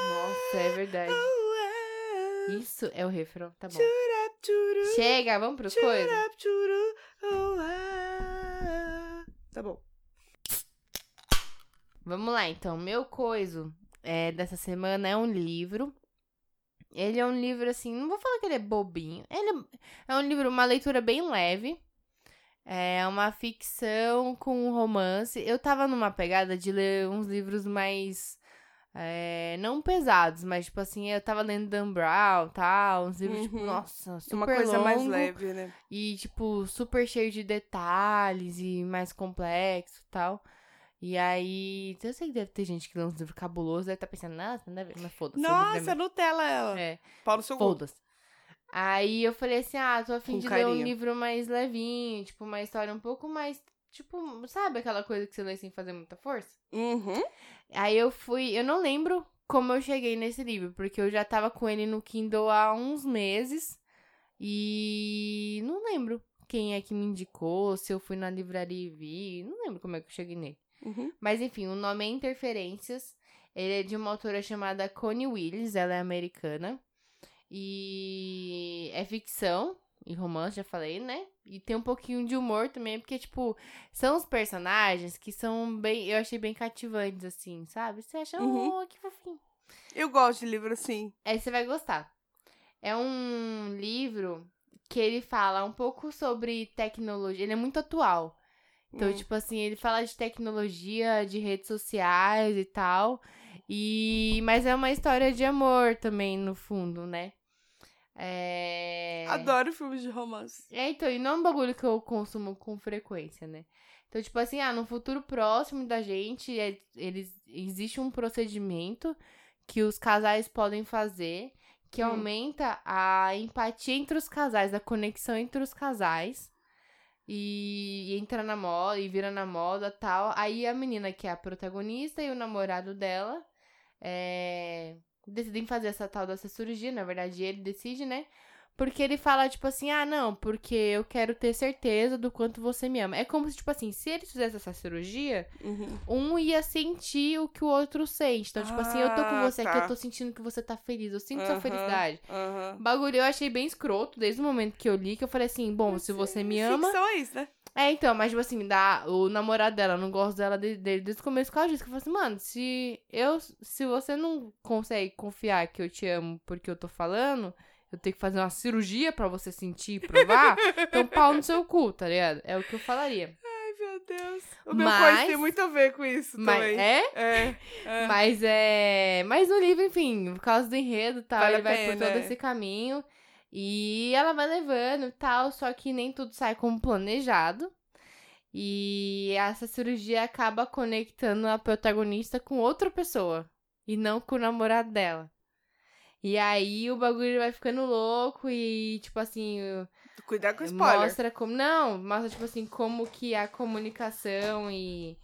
Nossa, é verdade.
oh, oh.
Isso é o refrão, tá bom.
Tchurap-tchuru,
Chega, vamos pros coisas?
tchurap-tchuru, oh, ah. Tá bom.
Vamos lá, então. Meu coiso é, dessa semana é um livro. Ele é um livro, assim, não vou falar que ele é bobinho. Ele é é um livro, uma leitura bem leve. É uma ficção com um romance. Eu tava numa pegada de ler uns livros mais. é, não pesados, mas tipo assim, eu tava lendo Dan Brown tal, uns livros, tipo,
Uhum.
nossa, super
Uma coisa
longo,
mais leve, né?
E, tipo, super cheio de detalhes e mais complexo e tal. E aí, eu sei que deve ter gente que lê uns livros cabulosos, deve estar pensando, nossa, nada a ver, mas foda-se. o livro é
Nossa, Nutella
meu.
ela.
É,
Pau no seu cu.
foda-se. Aí eu falei assim, ah, tô afim
Com
de ler um
carinho.
livro mais levinho, tipo, uma história um pouco mais, tipo, sabe aquela coisa que você lê sem fazer muita força?
Uhum.
Aí eu fui, eu não lembro como eu cheguei nesse livro, porque eu já tava com ele no Kindle há uns meses e não lembro quem é que me indicou, se eu fui na livraria e vi, não lembro como é que eu cheguei nele.
Uhum.
Mas enfim, o nome é Interferências. Ele é de uma autora chamada Connie Willis, ela é americana. E é ficção e romance, já falei, né? E tem um pouquinho de humor também, porque, tipo, são os personagens que são bem. Eu achei bem cativantes, assim, sabe? Você acha,
Uhum.
oh, que fofinho.
Eu gosto de livro assim.
Aí você vai gostar. É um livro que ele fala um pouco sobre tecnologia. Ele é muito atual. Então,
Hum.
tipo assim, ele fala de tecnologia, de redes sociais e tal. E mas é uma história de amor também no fundo, né? É...
Adoro filmes de romance.
É, então, e não é um bagulho que eu consumo com frequência, né? Então, tipo assim, ah, no futuro próximo da gente, é- eles, existe um procedimento que os casais podem fazer que
Hum.
aumenta a empatia entre os casais, a conexão entre os casais. E, e entra na moda, e vira na moda tal. Aí a menina que é a protagonista e o namorado dela é, decidem fazer essa tal dessa cirurgia. Na verdade, ele decide, né? Porque ele fala, tipo assim, ah, não, porque eu quero ter certeza do quanto você me ama. É como se, tipo assim, se eles fizessem essa cirurgia,
Uhum.
um ia sentir o que o outro sente. Então, tipo assim, eu tô com
Ah,
você aqui,
tá.
eu tô sentindo que você tá feliz, eu sinto sua
Aham.
felicidade.
Aham.
Bagulho eu achei bem escroto desde o momento que eu li, que eu falei assim, bom, se você me ama.
Ficção é isso, né?
É, então, mas, tipo assim, dá, o namorado dela, eu não gosto dela de- dele desde o começo, por causa disso. Que eu falei assim, mano, se eu, se você não consegue confiar que eu te amo porque eu tô falando, eu tenho que fazer uma cirurgia pra você sentir e provar, então pau no seu cu, tá ligado? É o que eu falaria.
Ai, meu Deus. O meu
Mas-
corte tem muito a ver com isso
Mas
também.
é,
É, é.
mas é. Mas no livro, enfim, por causa do enredo e tal,
Vale a
ele vai por
pena,
todo
é.
esse caminho. E ela vai levando e tal, só que nem tudo sai como planejado. E essa cirurgia acaba conectando a protagonista com outra pessoa. E não com o namorado dela. E aí o bagulho vai ficando louco e, tipo assim,
Cuidado com spoiler.
Mostra como. Não, mostra, tipo assim, como que a comunicação e.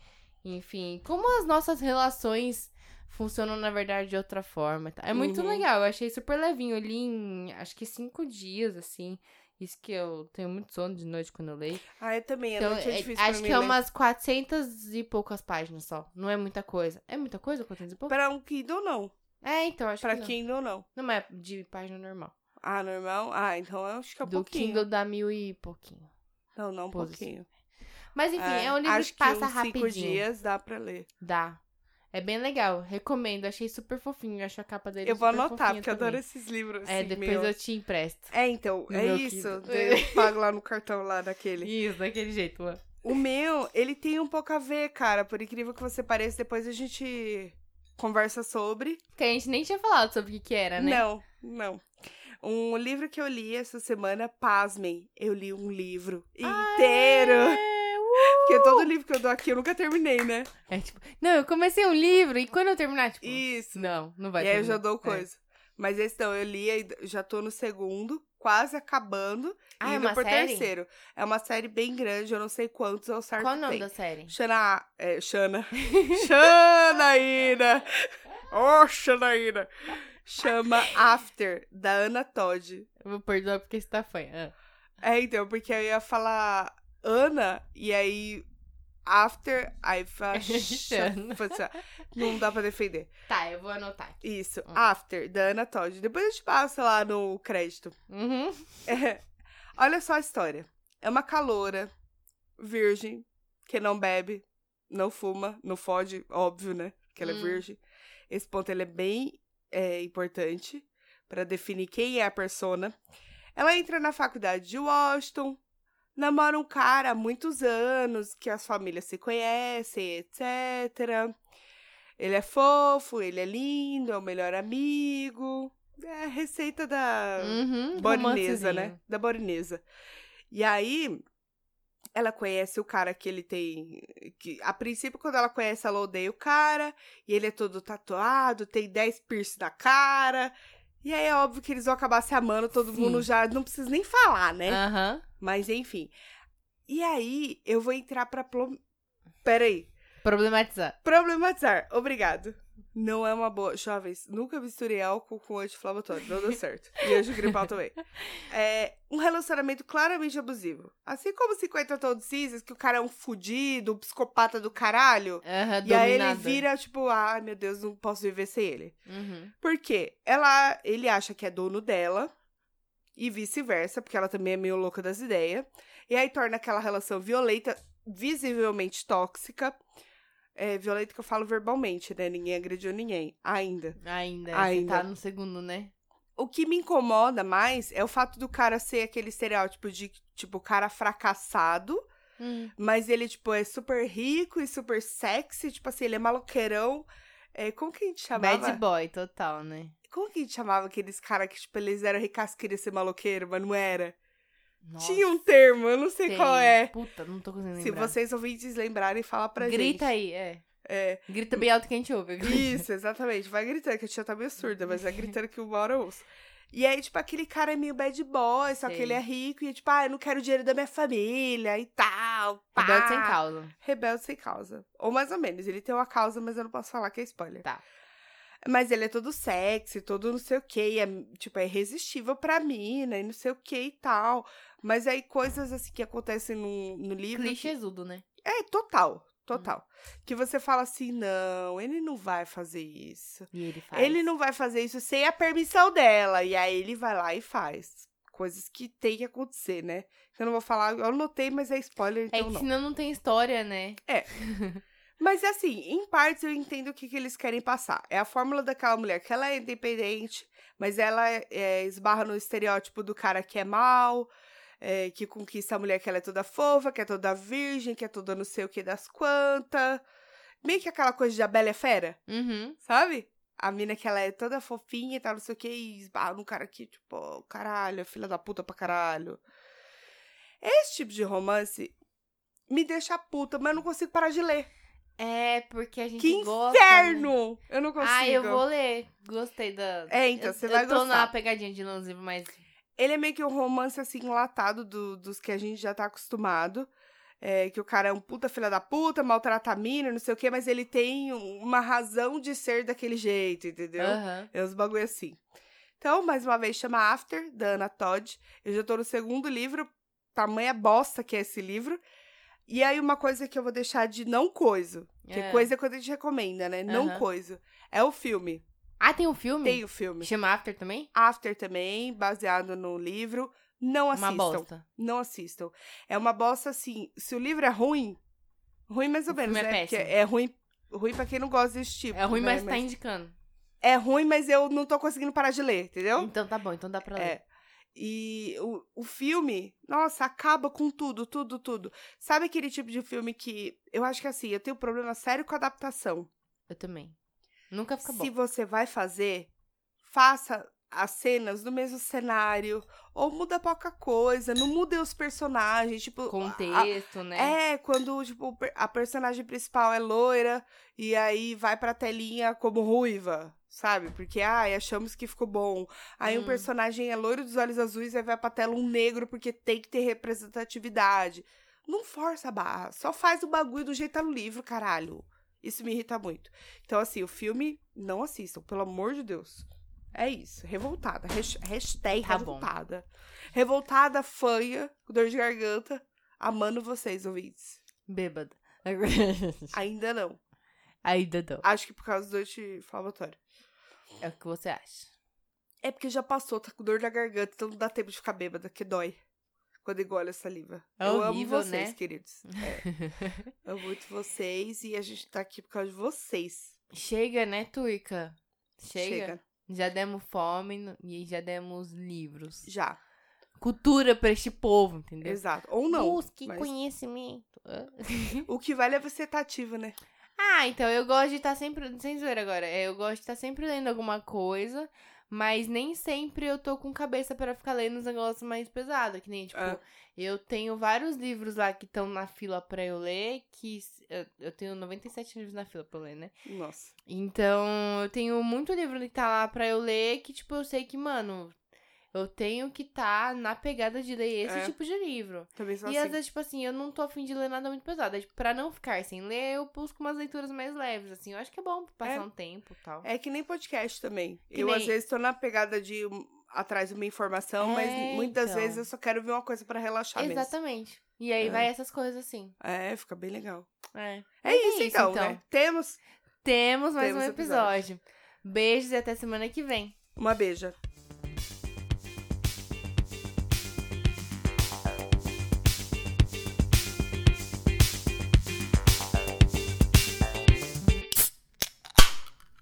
Enfim, como as nossas relações funcionam, na verdade, de outra forma. e tal. É muito
Uhum.
legal, eu achei super levinho. Eu li em acho que cinco dias, assim. Isso que eu tenho muito sono de noite quando eu leio.
Ah, eu também.
Então,
a noite é
é-
difícil pra
acho
mim
que é
ler.
umas 400 e poucas páginas só. Não é muita coisa. É muita coisa, 400 e poucas?
Pra um Kindle, não.
É, então, acho
pra
que.
Kindle, não.
Não. não é de página normal.
Ah, normal? Ah, então eu acho que é um
Do
pouquinho.
Kindle dá mil e pouquinho.
Não, não um
Pô,
pouquinho. Ah,
Mas enfim, é, um livro
acho
que passa
uns
rapidinho.
cinco dias dá pra ler.
Dá. É bem legal, recomendo. Achei super fofinho, acho a capa dele
eu vou
é super
anotar,
fofinha
porque eu adoro
também.
esses livros.
É,
assim,
depois
meu.
eu te empresto.
É, então,
No
é
meu
isso.
Kindle.
Daí Eu pago lá no cartão, lá naquele.
Isso, daquele jeito. ó.
O meu, ele tem um pouco a ver, cara. Por incrível que você pareça, depois a gente conversa sobre.
Porque a gente nem tinha falado sobre o que que era, né?
Não, não. Um livro que eu li essa semana, pasmem, eu li um livro inteiro.
É, uh.
Porque todo livro que eu dou aqui eu nunca terminei, né?
É tipo, não, eu comecei um livro e quando eu terminar, tipo,
Isso.
não, não vai
e aí eu já
terminar.
dou
É.
coisa. Mas esse não, eu li, aí já tô no segundo, quase acabando.
Ah,
e
é
indo
uma
pro
série?
terceiro. É uma série bem grande, eu não sei quantos ao certo
Qual o nome
tem.
da série?
Xana... É, Xana. Xanaína! Ô, oh, Xanaína! Chama After, da Ana Todd.
Eu vou perdoar porque está fanha. Ah.
É, então, porque eu ia falar Ana, e aí after, aí fa-
Xana.
fa- assim, Não dá pra defender.
Tá, eu vou anotar aqui.
Isso,
Hum.
after, da Ana Todd. Depois eu te passo lá no crédito.
Uhum.
É. Olha só a história. É uma caloura, virgem, que não bebe, não fuma, não fode, óbvio, né? Que ela é
Hum.
virgem. Esse ponto ele é bem é, importante pra definir quem é a persona. Ela entra na faculdade de Washington, namora um cara há muitos anos, que as famílias se conhecem, etc. Ele é fofo, ele é lindo, é o melhor amigo. É a receita da,
Uhum.
Borinesa, Ah, né?
romancezinho.
Da Borinesa. E aí, ela conhece o cara que ele tem. Que, a princípio, quando ela conhece, ela odeia o cara. E ele é todo tatuado, tem 10 piercing na cara. E aí é óbvio que eles vão acabar se amando, todo
Sim. Ah.
mundo já. Não precisa nem falar, né?
Aham.
Mas enfim. E aí, eu vou entrar pra. Plom... Peraí.
Problematizar.
Problematizar. Obrigado. Não é uma boa. Jovens, nunca misturei álcool com anti-inflamatório. Não deu certo. E anjo gripal também. É um relacionamento claramente abusivo. Assim como 50 tons de cinzas, que o cara é um fudido, um psicopata do caralho.
Aham,
E aí ele
dominada.
vira, tipo, ai meu Deus, não posso viver sem ele.
Uhum.
Porque ela, ele acha que é dono dela e vice-versa, porque ela também é meio louca das ideias. E aí torna aquela relação violenta, visivelmente tóxica. É, violenta que eu falo verbalmente, né? Ninguém agrediu ninguém, ainda.
Ainda,
Ainda.
Você tá no segundo, né?
O que me incomoda mais é o fato do cara ser aquele estereótipo de, tipo, cara fracassado,
Hum.
mas ele, tipo, é super rico e super sexy, tipo assim, ele é maloqueirão. É, como que a gente chamava?
Bad boy, total, né?
Como que a gente chamava aqueles caras que, tipo, eles eram ricas, queriam ser maloqueiro, mas não era? Tinha um termo, eu não sei
Tem.
qual é.
Puta, não tô conseguindo
Se
lembrar.
vocês ouvintes lembrarem, fala pra
Grita
gente.
aí, é.
É,
Grita bem alto que a gente ouve.
isso, exatamente. Vai gritando, que a tia tá meio surda, mas vai gritando que uma hora eu ouço. E aí, tipo, aquele cara é meio bad boy, só que
Sei.
ele é rico e, tipo, ah, eu não quero o dinheiro da minha família e tal. pá.
Rebelde É sem causa.
Rebelde sem causa. Ou mais ou menos, ele tem uma causa, mas eu não posso falar que é spoiler.
Tá.
Mas ele é todo sexy, todo não sei o que, e é, tipo, é irresistível pra mina e não sei o que e tal. Mas aí coisas assim que acontecem no, no livro. que-
Clichêsudo, né?
É, total,
Hum.
total. Que você fala assim, não, ele não vai fazer isso.
E ele faz.
Ele não vai fazer isso sem a permissão dela. E aí ele vai lá e faz. Coisas que tem que acontecer, né? Eu não vou falar, eu anotei, mas é spoiler,
É
então
que
não.
senão não tem história, né?
Mas assim, em partes eu entendo o que, que eles querem passar. É a fórmula daquela mulher que ela é eh, independente, mas ela é, esbarra no estereótipo do cara que é mal, é, que conquista a mulher que ela é toda fofa, que é toda virgem, que é toda não sei o que das quantas. Meio que aquela coisa de a Bela é Fera,
Uhum.
sabe? A mina que ela é toda fofinha e tal, não sei o que, e esbarra num cara que, tipo, ó, caralho, é filha da puta pra caralho. Esse tipo de romance me deixa puta, mas eu não consigo parar de ler.
É, porque a gente
Que
gosta. né?
inferno! Eu não consigo.
Ah, eu vou ler. Gostei da.
É, então,
Eu-
você vai
Eu tô
gostar.
na pegadinha de ler uns livros, mas.
Ele é meio que um romance, assim, enlatado do- dos que a gente já tá acostumado. É, que o cara é um puta filha da puta, maltrata a mina, não sei o quê, mas ele tem um- uma razão de ser daquele jeito, entendeu?
Aham.
É uns bagulho assim. Então, mais uma vez, chama After, da Ana Todd. Eu já tô no segundo livro, tamanha bosta que é esse livro. E aí, uma coisa que eu vou deixar de não coisa, que
É.
coisa é quando a gente recomenda, né? Não
Aham.
coisa. É o filme.
Ah, tem um filme?
Tem o filme.
Chama After também?
After também, baseado no livro. Não assistam.
Uma bosta.
Não assistam. É uma bosta assim. Se o livro é ruim, ruim mais ou
O
menos,
filme é
né? Porque
péssimo.
é ruim, ruim pra quem não gosta desse tipo.
É ruim,
né?
mas tá indicando.
É ruim, mas eu não tô conseguindo parar de ler, entendeu?
Então tá bom, então dá pra ler.
É. E o, o filme, nossa, acaba com tudo, tudo, tudo. Sabe aquele tipo de filme que. Eu acho que assim, eu tenho problema sério com adaptação.
Eu também. Nunca fica bom.
Se você vai fazer, faça as cenas no mesmo cenário, ou muda pouca coisa, não muda os personagens, tipo... a-
Contexto,
a-
né?
É, quando, tipo, per- a personagem principal é loira, e aí vai pra telinha como ruiva, sabe? Porque, ai, achamos que ficou bom. Aí um
Hum.
personagem é loiro dos olhos azuis, aí vai pra tela um negro, porque tem que ter representatividade. Não força a barra, só faz o bagulho do jeito que tá no livro, caralho. Isso me irrita muito. Então, assim, o filme, não assistam, pelo amor de Deus. É isso, revoltada. Res- Hashtag
Tá bom.
revoltada. Revoltada, fanha, com dor de garganta. Amando vocês, ouvintes.
Bêbada.
Ainda não.
Aí, Dodô,
Acho que por causa do anti-inflamatório.
é o que você acha?
É porque já passou, tá com dor na garganta, então não dá tempo de ficar bêbada, que dói. Quando engole a saliva.
É
eu
horrível,
amo vocês,
né?
queridos. É. amo muito vocês e a gente tá aqui por causa de vocês.
Chega, né, Tuica? Chega. Já demos fome no- e já demos livros.
Já.
Cultura pra este povo, entendeu?
Exato. Ou não.
Busque
mas
conhecimento. Hã?
O que vale é você estar ativo, né?
Ah, então eu gosto de estar sempre. Sem zoeira agora. é, Eu gosto de estar sempre lendo alguma coisa, mas nem sempre eu tô com cabeça pra ficar lendo os negócios mais pesados. Que nem, tipo,
Ah.
eu tenho vários livros lá que estão na fila pra eu ler, que s- eu, eu tenho 97 livros na fila pra eu ler, né?
Nossa.
Então, eu tenho muito livro que tá lá pra eu ler, que, tipo, eu sei que, mano, eu tenho que tá na pegada de ler esse
É.
tipo de livro.
Também sou
E
assim.
às vezes, tipo assim, eu não tô afim de ler nada muito pesado. É, tipo, pra não ficar sem ler, eu busco umas leituras mais leves, assim. Eu acho que é bom pra passar
É.
um tempo e tal.
É que nem podcast também.
Que
eu,
nem-
às vezes, tô na pegada de um- atrás de uma informação,
É,
mas muitas
então.
vezes eu só quero ver uma coisa pra relaxar mesmo.
Exatamente. E aí
É.
vai essas coisas assim.
É, fica bem legal.
É.
É,
Mas é
isso,
isso,
então,
então.
né? Temos
Temos mais
Temos
um episódio. Beijos e até semana que vem.
uma beija.